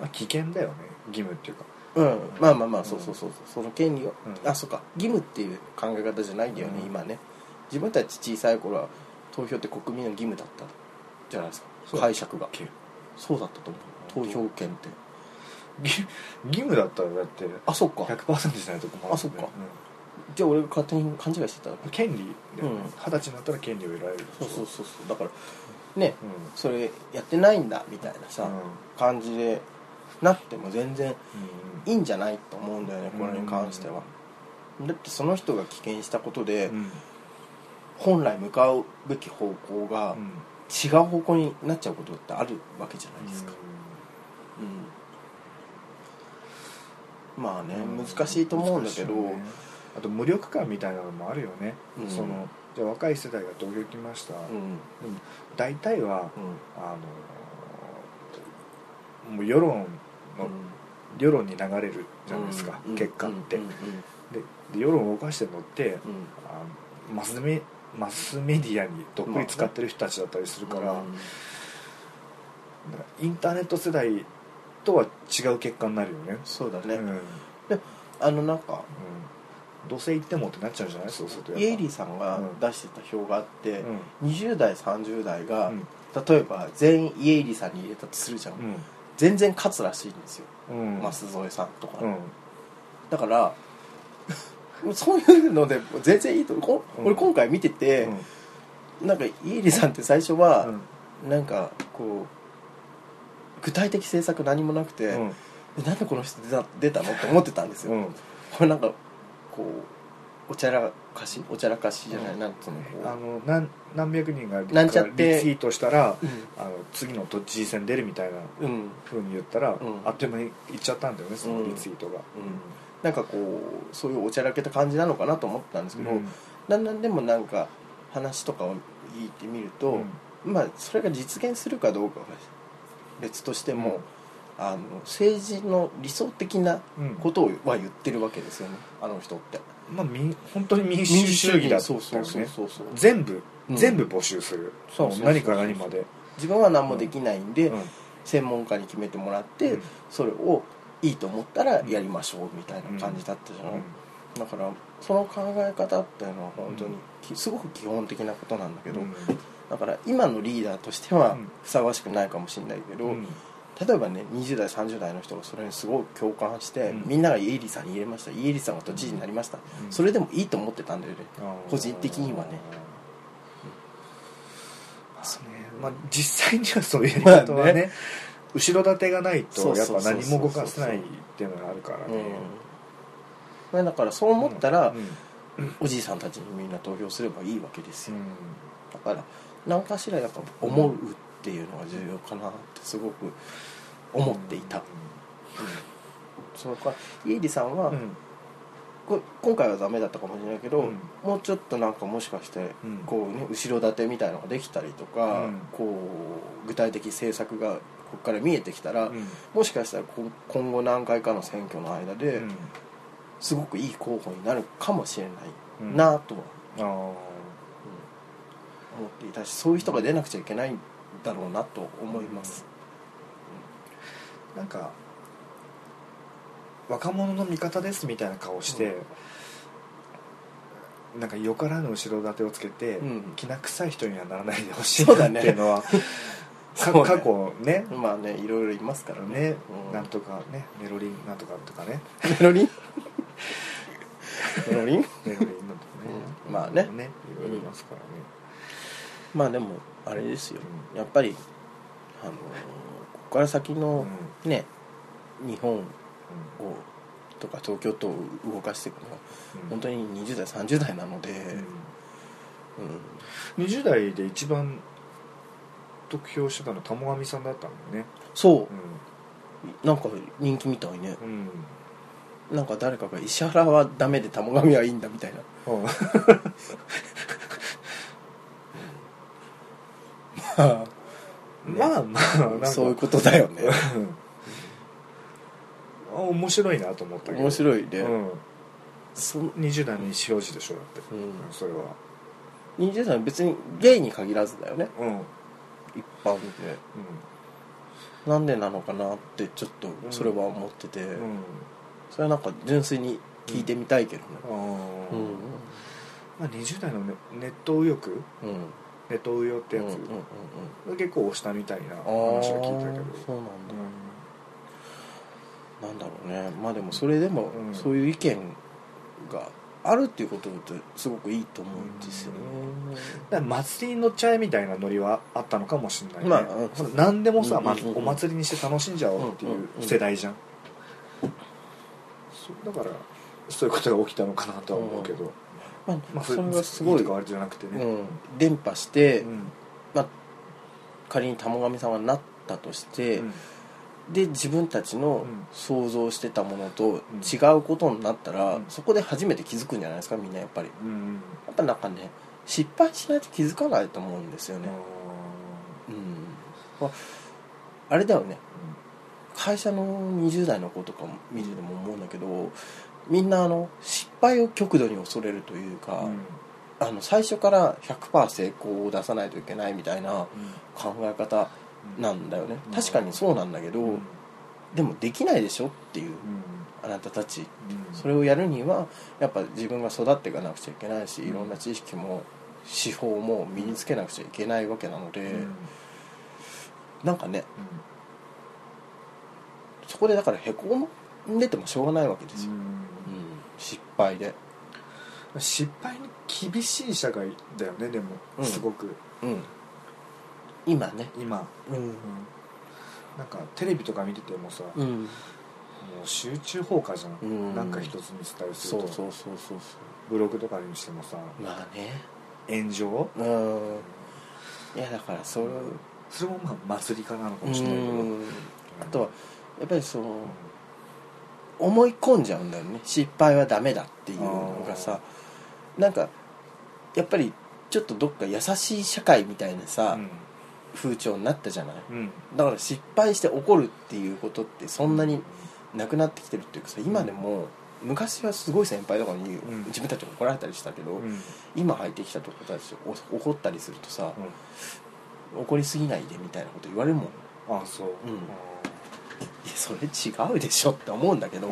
B: まあ危険だよね義務っていうか
A: うん、うんまあまあまあそうそうそうそうその権利を、
B: うん
A: あそうか義務っていう考え方じゃないんだよね、
B: うん
A: 今ね自分たち小さい頃は投票って国民の義務だったじゃないです
B: そ
A: か
B: う
A: 解釈が
B: け
A: そうだったと思う投票権って
B: 義義務だったらだって
A: あそっか
B: 100%じゃないと困るもんね
A: あそっかじゃあ俺が勝手に勘違いしてた
B: うん権利だよね
A: うん
B: 二十歳になったら権利を得られる
A: そうそうそうそうだからね
B: うん
A: それやってないんだみたいなさ、
B: うん
A: 感じでなっても全然
B: うん
A: いいんじゃないと思うんだよねこれに関しては、だってその人が棄権したことで、
B: うん
A: 本来向かうべき方向が
B: うん
A: 違う方向になっちゃうことってあるわけじゃないですか、うんまあね
B: うん
A: 難しいと思うんだけど、
B: 難しいよねあと無力感みたいなのもあるよね、
A: うん
B: そのじゃあ若い世代が東京来ました、
A: うんうん
B: でも大体はあのもう世論の、世論に流れるじゃないですか、
A: うん
B: 結果って、
A: うんうん
B: でで世論を動かしてるのって
A: うんうん
B: あのマスメマスメディアにどっぷり使ってる人たちだったりするから、
A: うん
B: なんかインターネット世代とは違う結果になるよね
A: そうだね、
B: うんうん
A: あのなんか
B: どうせ行ってもってなっちゃうじゃないそうするとやっぱ
A: イエリーさんが出してた表があって、
B: うん
A: 20代30代が、
B: うん
A: 例えば全員イエリーさんに入れたとするじゃん、全然勝つらしいんですよ
B: うんうん
A: 舛添さんとか、
B: うん
A: だからそういうので全然いいとこ
B: うん
A: 俺今回見てて、なんかイエリーさんって最初は、なんかこう具体的政策何もなくて、
B: うん
A: えなんでこの人出た出たのって思ってたんですよ、
B: うん
A: これなんかこうおちゃらかしおちゃらかしじゃない、
B: うん
A: なんつうのこう
B: あの何何百人がリ
A: なんちゃって
B: リツイートしたらあの次の都知事選出るみたいな
A: うん、うん
B: ふうに言ったら、
A: ん
B: あっという間に行っちゃったんだよねそのリツイートが、
A: なんかこうそういうおちゃらけた感じなのかなと思ったんですけど、
B: うん
A: だんだんでもなんか話とかを聞いてみると、まあそれが実現するかどうかは別としても、あの政治の理想的な
B: うんうん
A: ことをは言ってるわけですよねあの人って
B: まあ民本当に民主主義だった
A: そ
B: よ
A: うそうそう
B: ね
A: そうそう
B: 全部、
A: うん
B: 全部募集する
A: そうそうそうそう
B: も何から何まで、
A: 自分は何もできないんで、
B: うん
A: 専門家に決めてもらって、
B: うん
A: それをいいと思ったらやりましょうみたいな感じだったじゃない、だからその考え方っていうのは本当にき、すごく基本的なことなんだけど、
B: うん
A: だから今のリーダーとしては
B: うん
A: ふさわしくないかもしれないけど、
B: うん
A: 例えばね20代30代の人がそれにすごく共感して、
B: うん
A: みんながイエリさんに入れましたイエリさんが都知事になりました、
B: うん
A: それでもいいと思ってたんだよね、個人的にはね
B: そうねまあ、実際にはそういうやり方は
A: まあ
B: ね,、
A: ね
B: 後ろ盾がない
A: そうそ
B: と
A: う
B: やっ
A: そう
B: ぱ
A: そう
B: 何も動かせないっていうのがあるから
A: うん
B: ね、
A: まあだからそう思ったら、
B: うん
A: おじいさんたちにみんな投票すればいいわけです
B: う
A: よ、
B: ん
A: だから何かしらやっぱ思うっていうのが重要かなってすごく思っていた、そのかイエリさんは、
B: うん
A: こ今回はダメだったかもしれないけど、
B: うん
A: もうちょっとなんかもしかして
B: うん
A: こう、ね、後ろ盾みたいのができたりとか、
B: うん
A: こう具体的政策がここから見えてきたら、
B: うん
A: もしかしたらこ今後何回かの選挙の間で
B: うん
A: すごくいい候補になるかもしれ
B: う
A: ない
B: ん
A: なとは
B: あー
A: 思っていたしそういう人が出なくちゃいけないんだろうなと思います。
B: なんか若者の味方ですみたいな顔して、なんかよからぬ後ろ盾をつけて、
A: うん
B: きな臭い人にはならないでほしい
A: そうだ
B: なっ
A: ね
B: ていうのは、 か
A: そうね
B: 過去ね
A: まあねいろいろいますからね。
B: ね、
A: うん
B: なんとかねメロリンなんとかとかね
A: メロリンメロリン
B: メロリンなんとかね、
A: うんまあね
B: いろいろいますからね、
A: まあでもあれですよやっぱりあのーここから先のね日本をとか東京都を動かしていくのは本当に20代30代なので、うん、
B: に20代で一番得票してたのは玉上さんだったもんね
A: そうなんか人気みたいね
B: ん、うん
A: なんか誰かが石原はダメで玉神はいいんだみ たいな
B: ああまあまあなんか
A: そういうことだ よね
B: うんあ面白いなと思ったけど
A: 面白いね、
B: うん、
A: その
B: 20代の意思表示でしょだっ
A: う
B: て、
A: ん
B: うんそれは
A: 20代は別にゲイに限らずだよね
B: うん、うん、
A: 一般でなんでなのかなってちょっとそれは思ってて、
B: うん
A: それはなんか純粋に聞いてみたいけどね
B: あー
A: うん
B: まあ、20代のねネット右翼
A: うんうん
B: ネット右翼ってや
A: うん
B: つ、
A: うんうん
B: 結構押したみたいな話
A: ああ
B: は聞いたけど
A: そうなんだ
B: う、
A: なんだろうねまあでもそれでも
B: うん
A: そういう意見があるっていうことってすごくいいと思うんですよね、
B: んだから祭りに乗っちゃえみたいなノリはあったのかもしれないね、
A: まあうん
B: その何でもさ、
A: うんうんうん
B: まあお祭りにして楽しんじゃおうっていう世代じゃん、そうだからそういうことが起きたのかなとは思うけど、
A: まあ
B: まあ、
A: それはすごい
B: 変わりじゃなくてね、
A: うん、伝播して、
B: うん
A: まあ、仮に玉神さんがなったとして、
B: うん
A: で自分たちの
B: うん
A: 想像してたものと違うことになったら、
B: うん
A: そこで初めて気づくんじゃないですかみんなやっぱり
B: うん
A: やっぱなんかね失敗しないと気づかないと思うんですよ
B: うん
A: ね、うんまああれだよね会社の20代の子とか見てても思うんだけどみんなあの失敗を極度に恐れるというか、
B: うん
A: あの最初から100%成功を出さないといけないみたいな考え方なんだよね
B: うん
A: 確かにそうなんだけど、
B: うん
A: でもできないでしょっていうあなたたちそれをやるにはやっぱ自分が育っていかなくちゃいけないし
B: うん
A: いろんな知識も手法も身につけなくちゃいけないわけなので、
B: うん
A: なんかねそこでだからへこんでてもしょうがないわけですよ、
B: うん
A: うん失敗で、
B: 失敗に厳しい社会だよねでも、
A: うん
B: すごく
A: うん、今ね
B: 今、
A: うん
B: なんかテレビとか見ててもさ、も
A: うん
B: う集中放火じゃん、
A: うん
B: なんか一つに伝えす
A: そ
B: る
A: う
B: と
A: そうそうそうそ
B: ブログとかにしてもさ
A: うまあね
B: 炎上
A: うんいやだからそれ
B: それもまあ祭りかなのか
A: う
B: もしれないけど、うん
A: んあとはやっぱりその思い込んじゃうんだよね失敗はダメだっていうのがさなんかやっぱりちょっとどっか優しい社会みたいなさ、
B: うん
A: 風潮になったじゃない
B: うん
A: だから失敗して怒るっていうことってそんなになくなってきてるっていうかさ今でも昔はすごい先輩とかに
B: うん
A: 自分たち怒られたりしたけど、
B: うんうん
A: 今入ってきたとこたちお怒ったりするとさ、怒りすぎないでみたいなこと言われるもんい
B: あそう、
A: うんやそれ違うでしょって思うんだけど、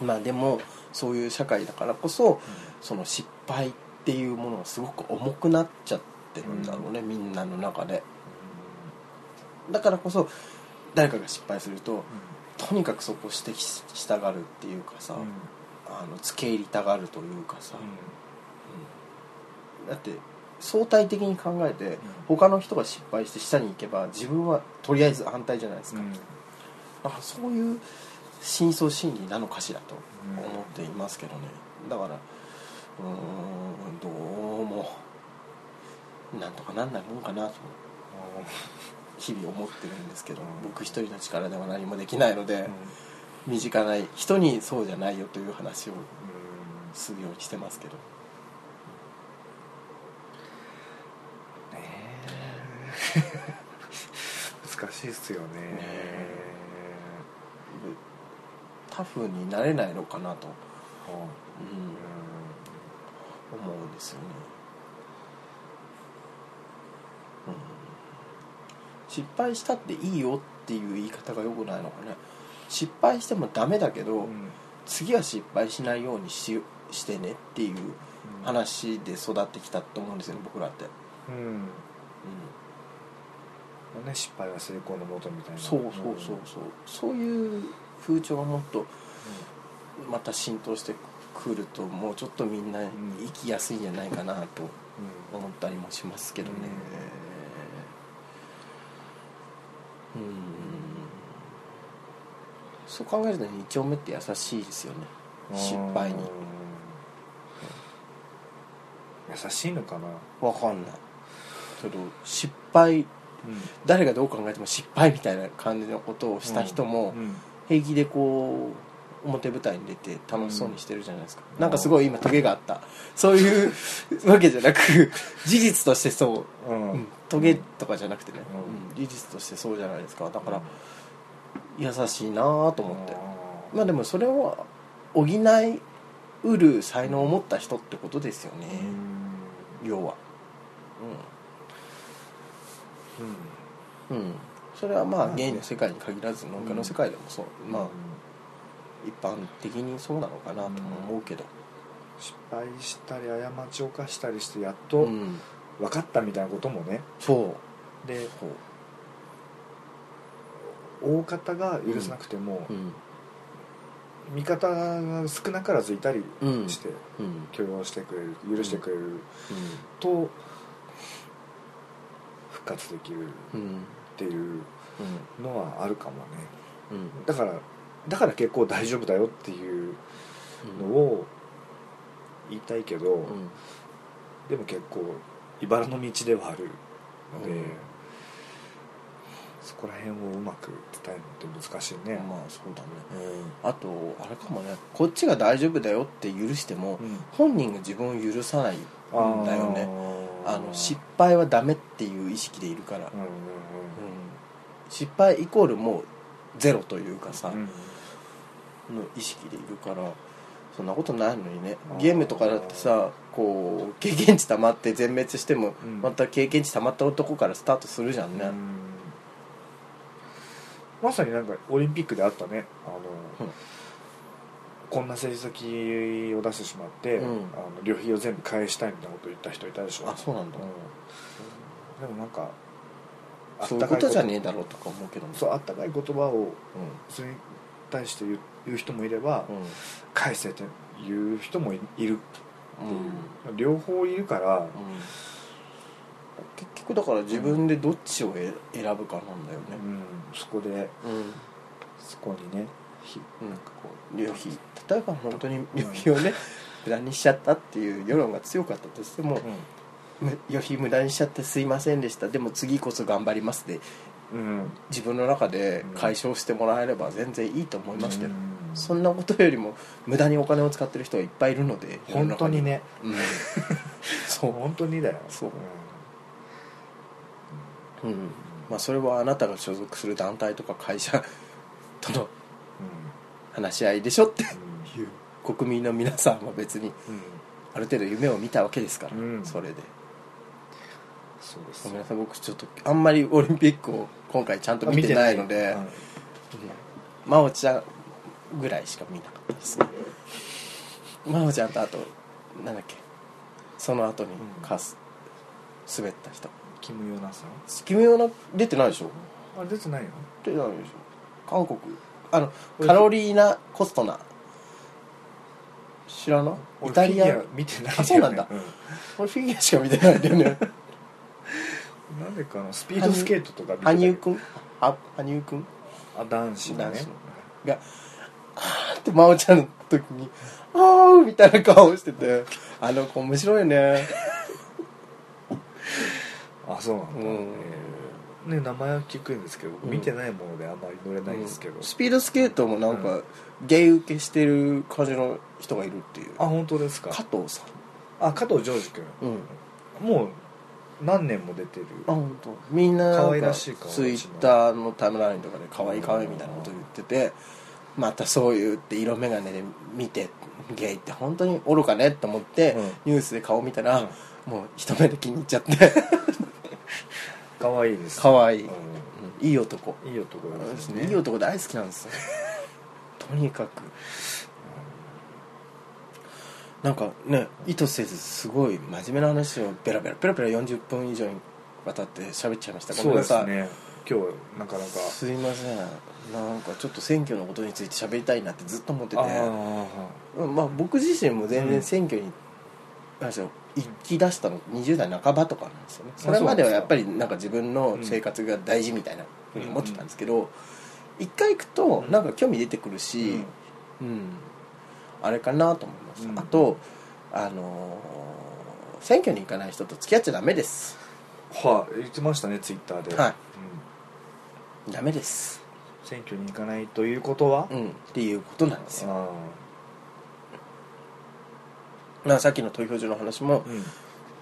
B: うん
A: まあでもそういう社会だからこそその失敗っていうものがすごく重くなっちゃってるんだろうね、みんなの中でだからこそ誰かが失敗するととにかくそこを指摘ししたがるっていうかさ、
B: うん
A: あの付け入りたがるというかさ、だって相対的に考えて、他の人が失敗して下に行けば自分はとりあえず反対じゃないですか、
B: うん
A: だからそういう深層心理なのかしらと
B: うん
A: 思っていますけどねだからうーんどうもなんとかなんないもんかなと日々思ってるんですけど
B: うん
A: 僕一人の力では何もできないので
B: うん
A: 身近な人にそうじゃないよという話を
B: うん
A: するようにしてますけど
B: ねえ 難しいっすよね
A: えタフになれないのかなと、
B: は
A: うん
B: あ
A: 思うんですよね、うん、失敗したっていいよっていう言い方が良くないのかね失敗してもダメだけど、
B: うんうん
A: 次は失敗しないようにししてねっていう話で育ってきたと思うんですよね僕らって、
B: うん
A: う
B: まあね失敗は成功のもとみたい
A: ん、
B: な
A: そうそうそうそうそういう風潮がもっとまた浸透してくるともうちょっとみんな生きやすいんじゃないかなと思ったりもしますけどねうん、そう考えると2丁目って優しいですよね失敗に
B: 優しいのかな、
A: わかんないけど失敗誰がどう考えても失敗みたいな感じのことをした人も
B: うん
A: 平気でこう表舞台に出て楽しそうにしてるじゃないですか、なんかすごい今トゲがあったそういうわけじゃなく事実としてそうう、
B: ん
A: うん、トゲとかじゃなくてね、
B: う
A: うん事実としてそうじゃないですかだから優しいなぁと思って、
B: あ
A: まあでもそれを補いうる才能を持った人ってことですよね、
B: ー
A: 要は
B: うん
A: うん、うん、それはま
B: ま
A: あ
B: あね
A: 芸の世界に限らず農家の世界でもそう、まあ
B: あ
A: 一般的にそうなのかなとも思うけど、
B: 失敗したり過ちを犯したりしてやっ
A: う
B: と
A: ん、
B: 分かったみたいなこともね
A: そう
B: で
A: そう
B: 大方が許さなくても
A: うん
B: 味方が少なからずいたり
A: うん
B: して
A: うんうん
B: 許容してくれる許してくれると復活できるっ
A: うん
B: ていうのはあるかもね
A: うん
B: だからだから結構大丈夫だよっていうのを言いたいけど、
A: うん
B: でも結構茨の道ではあるので、
A: うん
B: そこら辺をうまく伝えるのって難しいね、
A: まあそうだね
B: うん
A: あとあれかもねこっちが大丈夫だよって許しても本人が自分を許さないんだよねあの失敗はダメっていう意識でいるから、
B: うんうん
A: うん失敗イコールもうゼロというかさ、
B: うん
A: の意識でいるからそんなことないのにねゲームとかだってさこう経験値溜まって全滅しても、
B: うん
A: また経験値溜まった男からスタートするじゃんね、
B: うんまさになんかオリンピックであったねあの、
A: うん
B: こんな成績を出してしまって、
A: うん
B: あの旅費を全部返したいみたいなこと言った人いたでしょ
A: あそうなんだ、
B: うんでもなんか
A: そういうことじゃねえだ
B: ろ
A: ろうとか思うけどね
B: そうあったかい言葉
A: う
B: をそれに対して言う言う人もいれ
A: ん
B: ば、
A: うん
B: 返せって言う人もいいるっていう
A: うん、
B: 両方いるから
A: 結局だから自分でどっちをえ選ぶかなんだよ
B: う
A: ね
B: んそこで
A: うん
B: そこにねひ
A: なんかこう旅費例えば本当に旅費をね無駄にしちゃったっていう世論が強かったとしても、む旅費無駄にしちゃってすいませんでしたでも次こそ頑張りますで
B: うん
A: 自分の中で解消してもらえれば全然いいと思いますけど、
B: うん
A: そんなことよりも無駄にお金を使ってる人はいっぱいいるので
B: 本当に、ね
A: 世の 中にうん、
B: 本当にだよ
A: そうんそう、うんまあ、それはあなたが所属する団体とか会社との話し合いでしょっていう国民の皆さんは別に
B: うんうん
A: ある程度夢を見たわけですから、
B: うん
A: それで
B: そうです
A: ごめんなさい僕ちょっとあんまりオリンピックを今回ちゃんと見てないので
B: うん
A: 真央ちゃんぐらいしか見なかったですね真央ちゃんとあとなんだっけその後にかす、滑った人
B: キム・ヨナさん
A: 君はな出てないでしょ
B: あれ出てないよ
A: 出てないでしょ韓国あのカロリーナ・コストナ知らないイ
B: 俺
A: タリア
B: フィギュ見てない
A: あそうなんだ俺フィギュアしか見てないんだよ ね
B: うんなんでかなスピードスケートとか見てたけど
A: 羽生くんあ羽生くん
B: あ男子だね
A: 男が「あー」って真央ちゃんの時に「あー」みたいな顔をしててあの子面白いね
B: あそうなんだ、
A: うん
B: えーね、名前は聞くんですけど、
A: ん
B: 見てないものであんまり乗れないですけど、
A: スピードスケートもなんか、ゲイ受けしてる感じの人がいるっていう
B: あ本当ですか
A: 加藤さ
B: あ加藤ジョージ君
A: んうん
B: もう何年も出てる
A: あ本当。みんななんか
B: 可愛らしい顔立ち
A: ツ
B: の
A: イッターのタイムラインとかで可愛い可愛いみたいなこと言っててまたそういうって色眼鏡で見てゲイって本当に愚かねって思って、
B: うん
A: ニュースで顔見たら、
B: うん
A: もう一目で気に入っちゃって
B: 可愛いです
A: 可愛い、
B: う
A: いい男
B: んいい男ですね
A: いい男大好きなんですよとにかくなんかね意図せずすごい真面目な話をベラベラペラペラ40分以上にわたって喋っちゃいましたご
B: そ
A: めん
B: う
A: な
B: で
A: さい
B: すね今日なかなか
A: すいませんなんかちょっと選挙のことについて喋りたいなってずっと思ってて
B: ああ
A: まあ僕自身も全
B: う
A: 然
B: ん
A: 選挙に、なんでしょう行き出したの20代半ばとかなんですよねそれまではやっぱりなんか自分の生活が大事みたいなふうに思ってたんですけど一回行くとなんか興味出てくるし、うん、あれかなと思います、
B: うん
A: あとあのー選挙に行かない人と付き合っちゃダメです
B: はい言ってましたねツイッターで、
A: はい
B: うん
A: ダメです、
B: 選挙に行かないということは、
A: うん、っていうことなんですよ
B: あ
A: まあさっきの投票所の話も
B: ーうん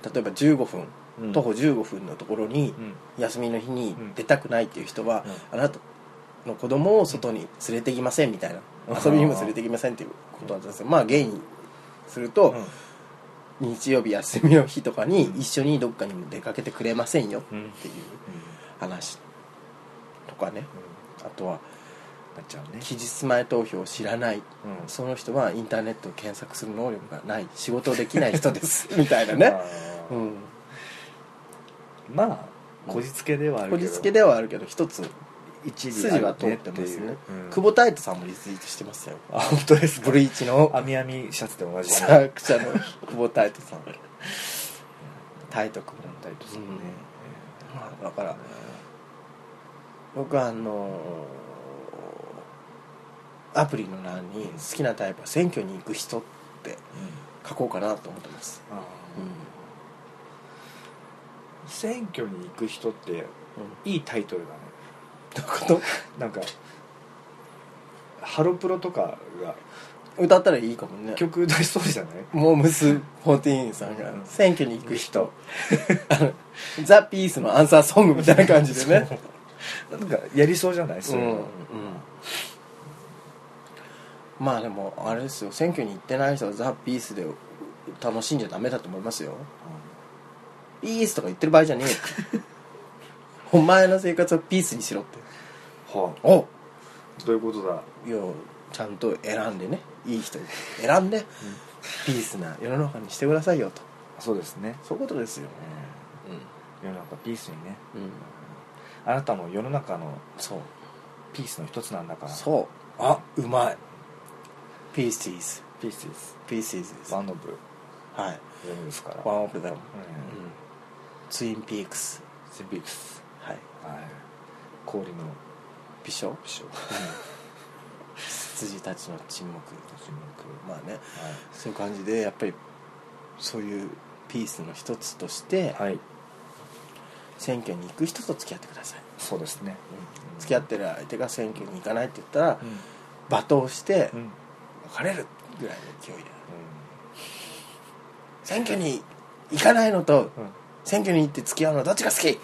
A: 例えば15分
B: うん
A: 徒歩15分のところに
B: うん
A: 休みの日に
B: うん
A: 出たくないっていう人は、あなたの子供を外に連れてきませんみたいな
B: うん
A: 遊びにも連れてきませんっていうことなんですよまあゲイにすると、日曜日休みの日とかに
B: うん
A: 一緒にどっかにも出かけてくれませんよ
B: うんうん
A: っていう話とかねあとは
B: なっちゃうね
A: 期日前投票を知らない
B: うん
A: その人はインターネットを検索する能力がない仕事をできない人です みたいなね、
B: あ
A: う
B: ー
A: ん、
B: まあこじつけではある
A: こ
B: けど
A: じつけではあるけど一つ
B: 一理あ
A: 筋
B: る
A: は
B: ね
A: 通ってます
B: いう
A: ね
B: うん
A: 久保太斗さんもリツイートしてますよ
B: あ本当です
A: ブ
B: か
A: リーチの
B: 網網シャツで同じ
A: サーク社の久保太斗さん太斗君
B: だったりとかね
A: うんまあだから僕はあのーアプリの欄に好きなタイプは選挙に行く人って書こうかなと思ってます、
B: あ
A: うん
B: ー選挙に行く人って
A: うん、
B: いいタイトルだね
A: どういうこと
B: なんかハロプロとかが
A: 歌ったらいいかもね
B: 曲出しそうじゃない
A: モームス14さんが
B: うん
A: 選挙に行く人 あのザ・ピースのアンサーソングみたいな感じでね
B: そうなんかやりそうじゃないそうういうんの
A: うんまあでもあれですよ選挙に行ってない人はザ・ピースで楽しんじゃダメだと思いますよピースとか言ってる場合じゃねえよお前の生活はピースにしろって
B: は
A: お
B: あどういうことだ
A: いやちゃんと選んでねいい人選んで、ピースな世の中にしてくださいよと
B: そうですね
A: そういうことですよ
B: 世の中ピースにね
A: うん、うん、
B: あなたも世の中の
A: そう
B: ピースの一つなんだから
A: そうあうまいピースーズ
B: ピースです
A: ピースーズです
B: ワ
A: は
B: ンオ
A: い
B: ブヨムですから
A: ワンオブダム
B: うん
A: ツインピークス
B: センピークス
A: はい
B: はい氷の
A: 美少
B: 美少
A: 羊たちの沈黙
B: 沈黙
A: まあね
B: はい
A: そういう感じでやっぱりそういうピースの一つとして、
B: はい、
A: 選挙に行く人と付き合ってください、
B: そうですね。
A: 付き合ってる相手が選挙に行かないって言ったら、
B: うん、
A: 罵倒して
B: うん、
A: 別れるぐらいの勢いで選挙に行かないのと
B: うん、
A: 選挙に行って付き合うのどっちが好 き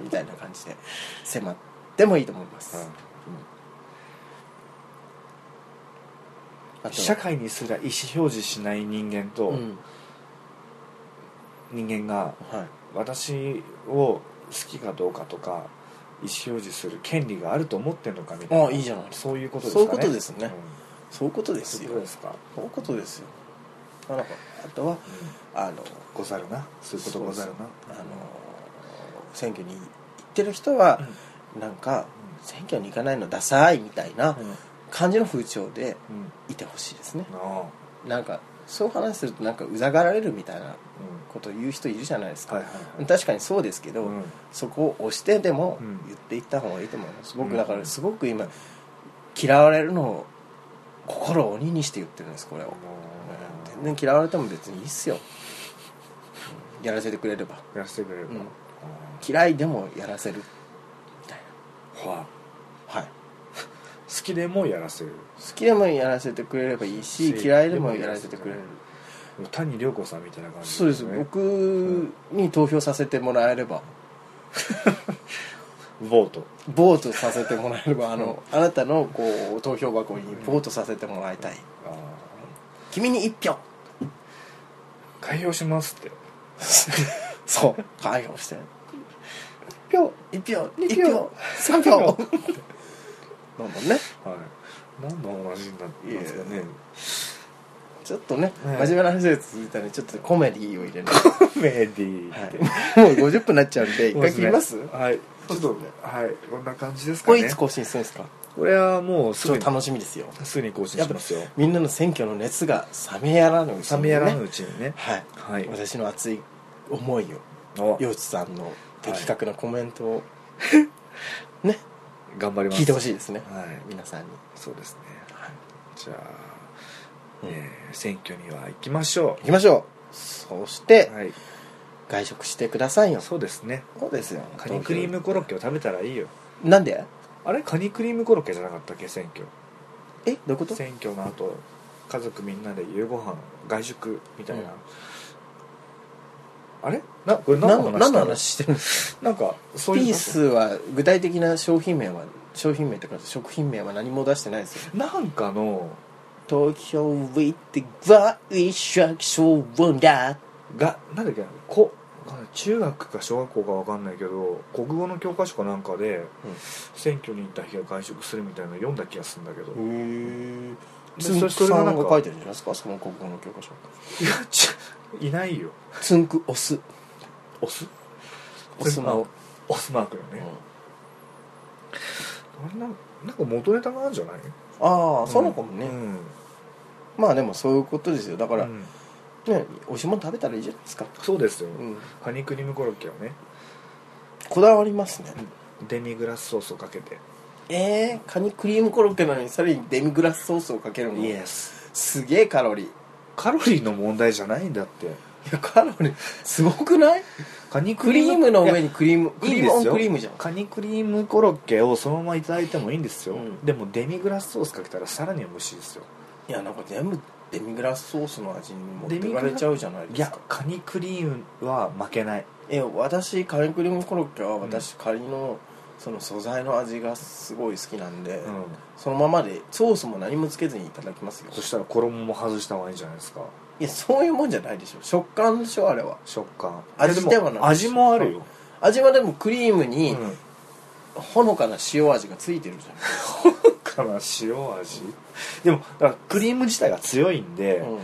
A: みたいな感じで迫ってもいいと思います、
B: うん
A: うんあと
B: 社会にすら意思表示しない人間と、
A: うん
B: 人間が
A: はい
B: 私を好きかどうかとか意思表示する権利があると思ってるのかみたいな
A: あいいじゃない
B: そういうことです
A: そ
B: か
A: ういう
B: ね
A: ことですねそういうこと
B: うん、
A: です
B: そういう
A: よ
B: ことですか、
A: そういうことですよあなんかあとはあの
B: ござるなそういうことござるな
A: あの選挙に行ってる人は
B: うん、
A: なんか選挙に行かないのダサいみたいな
B: うん
A: 感じの風潮で
B: うん
A: いてほしいですね
B: なあ
A: なんかそう話するとなんかうざがられるみたいな
B: う
A: ことを言う人いるじゃないです
B: ん
A: か、
B: はいはいはい
A: 確かにそうですけど、
B: うん
A: そこを押してでも
B: うん
A: 言っていった方がいいと思います、
B: うん
A: 僕だからすごく今嫌われるのを心を鬼にして言ってるんですこれを、全然嫌われても別にいいっすよ、うんやらせてくれれば
B: やらせてくれるか
A: うん
B: うん
A: 嫌いでもやらせるみたい
B: はあ
A: なはい
B: 好きでもやらせる
A: 好きでもやらせてくれればいいし
B: し
A: 嫌いでもやらせてくれる
B: 谷涼子さんみたいな感じ
A: そうです僕に投票させてもらえれば
B: ボート
A: ボートさせてもらえればあのあなたのこう投票箱にボートさせてもらいたい
B: あ
A: 君に一票
B: ー開票しますって
A: そう開票して一票一票
B: 二
A: 一
B: 票
A: 票三票なんだね
B: はい何の話になったんですかね
A: ちょっとね真
B: ね
A: 面目な話で続いたのでちょっとコメディを 入れない
B: コメディーって
A: はい、もう50分になっちゃうんで一回切ります
B: はいちょっとはいこんな感じですか
A: これ
B: ね
A: いつ更新するんですか
B: これはもうす
A: ちょ
B: ぐ
A: っ
B: に
A: と楽しみですよ
B: すぐに更新しますよ
A: みんなの選挙の熱が冷めやらぬうち
B: 冷
A: に
B: めやらぬうちにね
A: はい、
B: はい
A: 私の熱い思いを
B: お
A: 陽一さんの的確なコメントを、ね
B: 頑張ります
A: 聞いてほしいですね
B: はい
A: 皆さんに、
B: そうですね
A: はい
B: じゃあ、
A: うん
B: えー選挙には行きましょ
A: 行きましょうそして
B: うはい
A: 外食してくださいよ
B: そうですね
A: そうですよ
B: カニクリームコロッケを食べたらいいよ
A: なんで
B: あれカニクリームコロッケじゃなかったっけ選挙
A: えどういうこと
B: 選挙の後家族みんなで夕ご飯外食みたいな、
A: うん
B: あれなこれ何
A: 何
B: の
A: の
B: 話
A: 何の
B: だろう
A: 話してるんです
B: なんかそ
A: か
B: ういう
A: ピースは具体的な商品名は商品名とか食品名は何も出してないですよ
B: なんかの
A: 東京ウィッテバイシャクションだ
B: がなんだっけなこわかんない中学か小学校かわかんないけど国語の教科書かなんかで、選挙に行った日が外食するみたいなの読んだ気がするんだけ
A: へ
B: ど、い
A: え
B: そ
A: つんく
B: それ
A: さ
B: が
A: ん
B: な
A: が
B: んか
A: 書いてるんじゃないですかその国語の教科書
B: やちいないよ
A: つんくオス
B: オス
A: オスマオ、
B: オスマークよね、あれなんなんか元ネタがあるんじゃない
A: ああそうなのかもね、
B: うん
A: まあでもそういうことですよだから、
B: うん
A: ねおいしいもの食べたらいいじゃないですか、
B: そうですよ、
A: うん、
B: カニクリームコロッケはね
A: こだわりますね、
B: デミグラスソースをかけて
A: えー、カニクリームコロッケなのにさらにデミグラスソースをかけるの
B: ス
A: すげえカロリーい
B: カロリーの問題じゃないんだって
A: やカロリーすごくない
B: カニ
A: クリームの上にクリーム
B: い
A: ク
B: やいい
A: リー
B: んで
A: ムオン
B: すよ
A: クリームじゃん
B: カニクリームコロッケをそのままいただいてもいいんですよ、
A: うん
B: でもデミグラスソースかけたらさらに美味しいですよ
A: いやなんか全部デミグラスソースの味に持って
B: デ
A: い
B: ミグ
A: か
B: ラ
A: れちゃうじゃない
B: い
A: です
B: や
A: か
B: カニクリームは負けない
A: え私カニクリームコロッケは私、カニのその素材の味がすごい好きなんで、
B: うん
A: そのままでソースも何もつけずにいただきますよ
B: そしたら衣も外した方がいいじゃないですか
A: いやそういうもんじゃないでしょ食感でしょあれは
B: 食感
A: 味
B: いや
A: では
B: で
A: な
B: も
A: く
B: 味もあるよ、
A: 味はでもクリーム
B: う
A: に
B: ん、
A: ほのかな塩味がついてるじ
B: から塩味でもだからクリーム自体が強いんで、
A: ゃん、うん、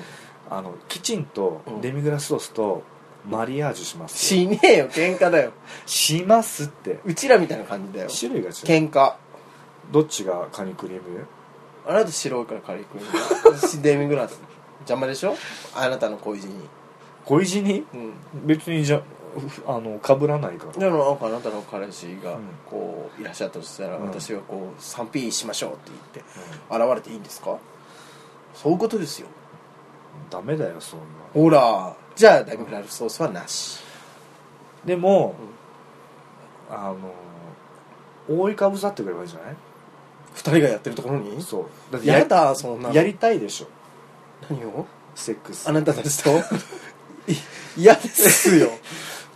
B: あのきちんと
A: うん
B: デミグラスソースとマリアージュしますよ
A: しねえよ喧嘩だよ
B: しますって
A: うちらみたいな感じだよ
B: 種類が違う
A: 喧嘩
B: どっちがカニクリーム
A: あなた白いからカリクリーム私デミグラス邪魔でしょあなたの恋路に
B: 恋路に
A: うん
B: 別にじゃふあのかぶらないから
A: でもなんかあなたの彼氏が
B: うん
A: こういらっしゃったとしたら、
B: うん
A: 私がこう 3P しましょうって言って現れていいんですかそういうことですよ
B: ダメだよそんな
A: ほらじゃあデミグラスソースはなし
B: でも、あの覆いかぶさってくればいいんじゃない
A: 2人がやってるところに
B: そうだってや
A: や
B: り
A: だそんなの
B: やりたいでしょ
A: 何を
B: セックス
A: あなたたちとい嫌ですよ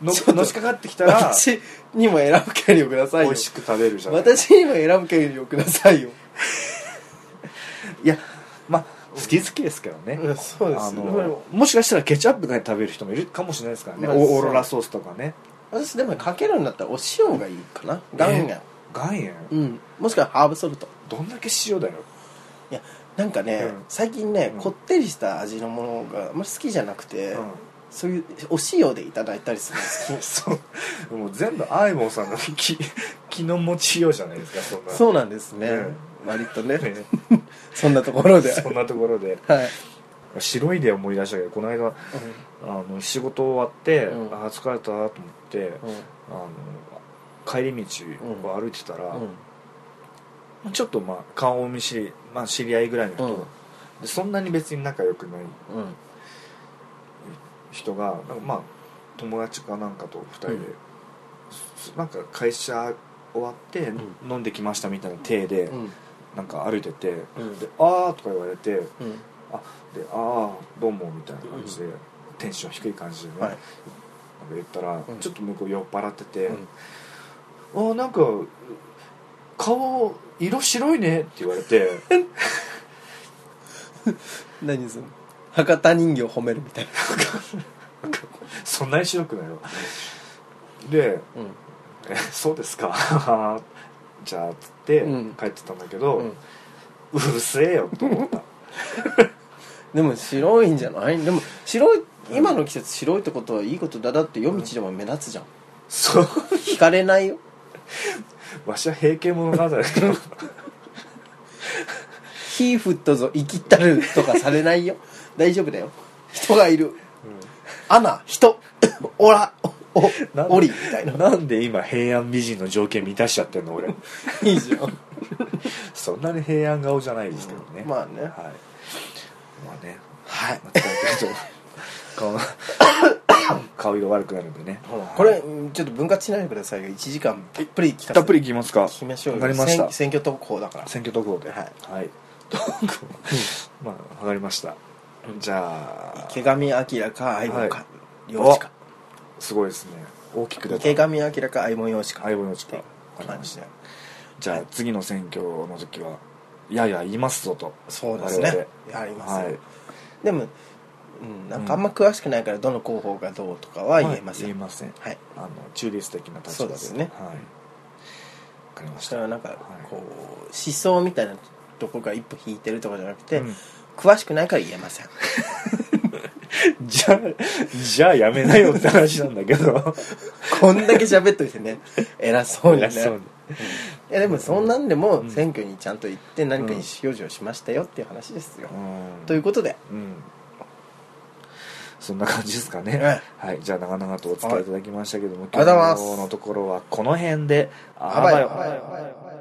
B: の
A: ちょっと
B: のしかかってきたら
A: 私にも選ぶ権利をください
B: 美
A: よ
B: 味しく食べるじゃない
A: 私にも選ぶ権利をくださいよ、
B: いやまあ好き好きですけどね、
A: うん、そうで
B: あ
A: す
B: の
A: よ
B: もしかしたらケチャップが食べる人もいるかもしれないですからね、
A: まあ
B: オオーロラソースとかね
A: 私でもかけるんだったらお塩がいいかな岩塩
B: ね岩塩
A: うんもしくはハーブソルト
B: どんだけ塩だよ
A: いやなんかね、
B: うん
A: 最近ね、
B: うん
A: こってりした味のものがあんまり好きじゃなくて、
B: う
A: そういうお塩でいただいたりするの好きそう
B: もう全部アイボンさんの気 気の持ちようじゃないですかそんな
A: そうなんですね、
B: うん
A: 割とね
B: ね
A: そんなところで
B: そんなところで
A: はい、
B: 白いで思い出したけどこの間あの仕事終わって、
A: うん
B: ああ疲れたと思って、
A: うん
B: あの帰り道を歩いてたら、ちょっとまあ顔見知り、まあ、知り合いぐらいの人、
A: うん
B: でそんなに別に仲良くない
A: うんうん
B: 人がなんかまあ友達かなんかと2人で、
A: うん
B: すなんか会社終わって
A: ん
B: 飲んできましたみたいな体で、
A: うん
B: なんか歩いてて
A: うん
B: 「であー」とか言われて
A: うん
B: 「であーどうも」みたいな感じで、テンション低い感じでね、
A: はい
B: なんか言ったら、
A: ん
B: ちょっと向こう酔っ払ってて「
A: うん
B: あーなんか顔色白いね」って言われ て
A: 何その博多人形褒めるみたいな
B: そんなに白くないわで
A: うん
B: え「 そうですか じゃあ」っつって
A: うん
B: 帰ってたんだけど、う
A: うん
B: るせえよと 思った
A: でも白いんじゃないでも白い今の季節白いってことはいいことだだって夜道でも目立つじゃん
B: そう
A: 惹かれないよ
B: わしは平家物語だけど
A: 火振ったぞ生きったるとかされないよ 大丈夫だよ人がいるアナ人オラお
B: なん
A: オリみたいな
B: なんで今平安美人の条件満たしちゃってんの俺
A: いいじゃん
B: そんなに平安顔じゃないですけどね、
A: まあね
B: はいまあね
A: はい
B: 間違え てると顔顔色悪くなるんでね
A: これうんちょっと分割しないでくださいよ1時間たっぷり聞かせ
B: たっぷりいきますか
A: 聞きましょうよ
B: わかりました
A: 選選挙特報だから
B: 選挙特報で
A: はい、
B: はい、 まあわかりましたじゃあ
A: 池上彰か相棒
B: は
A: か容姿か
B: すごいですね大きく出
A: 池
B: た
A: 上彰か相棒容姿か
B: 相棒の力わかり
A: 感
B: まし
A: じ
B: た
A: で
B: じゃあ次の選挙の時はやや言いますぞと
A: そうですね
B: 我々
A: やりますよ
B: はい
A: でもうんなんかあんま詳しくないからどの候補がどうとかは言えませ
B: はい言え
A: ん
B: ません
A: はい
B: あの中立的な立場で
A: そうですね
B: はいわかりま
A: そ
B: し
A: したたらなんか
B: い
A: こう思想みたいなとこが一歩引いてるとかじゃなくて
B: うん
A: 詳しくないから言えません
B: じゃあじゃあやめなよって話なんだけど
A: こんだけ喋っといて ね偉そうにね
B: 偉そうに
A: いやでもそんなんで
B: う
A: も
B: ん
A: 選挙にちゃんと行って何か意思表示をしましたよっていう話ですよ、
B: うん
A: ということで
B: うんそんな感じですかね、
A: え
B: はい、じゃあ長々とお付き合いいただきましたけども、
A: ありがとうございます
B: 今日のところはこの辺であ
A: あばよ
B: ばよ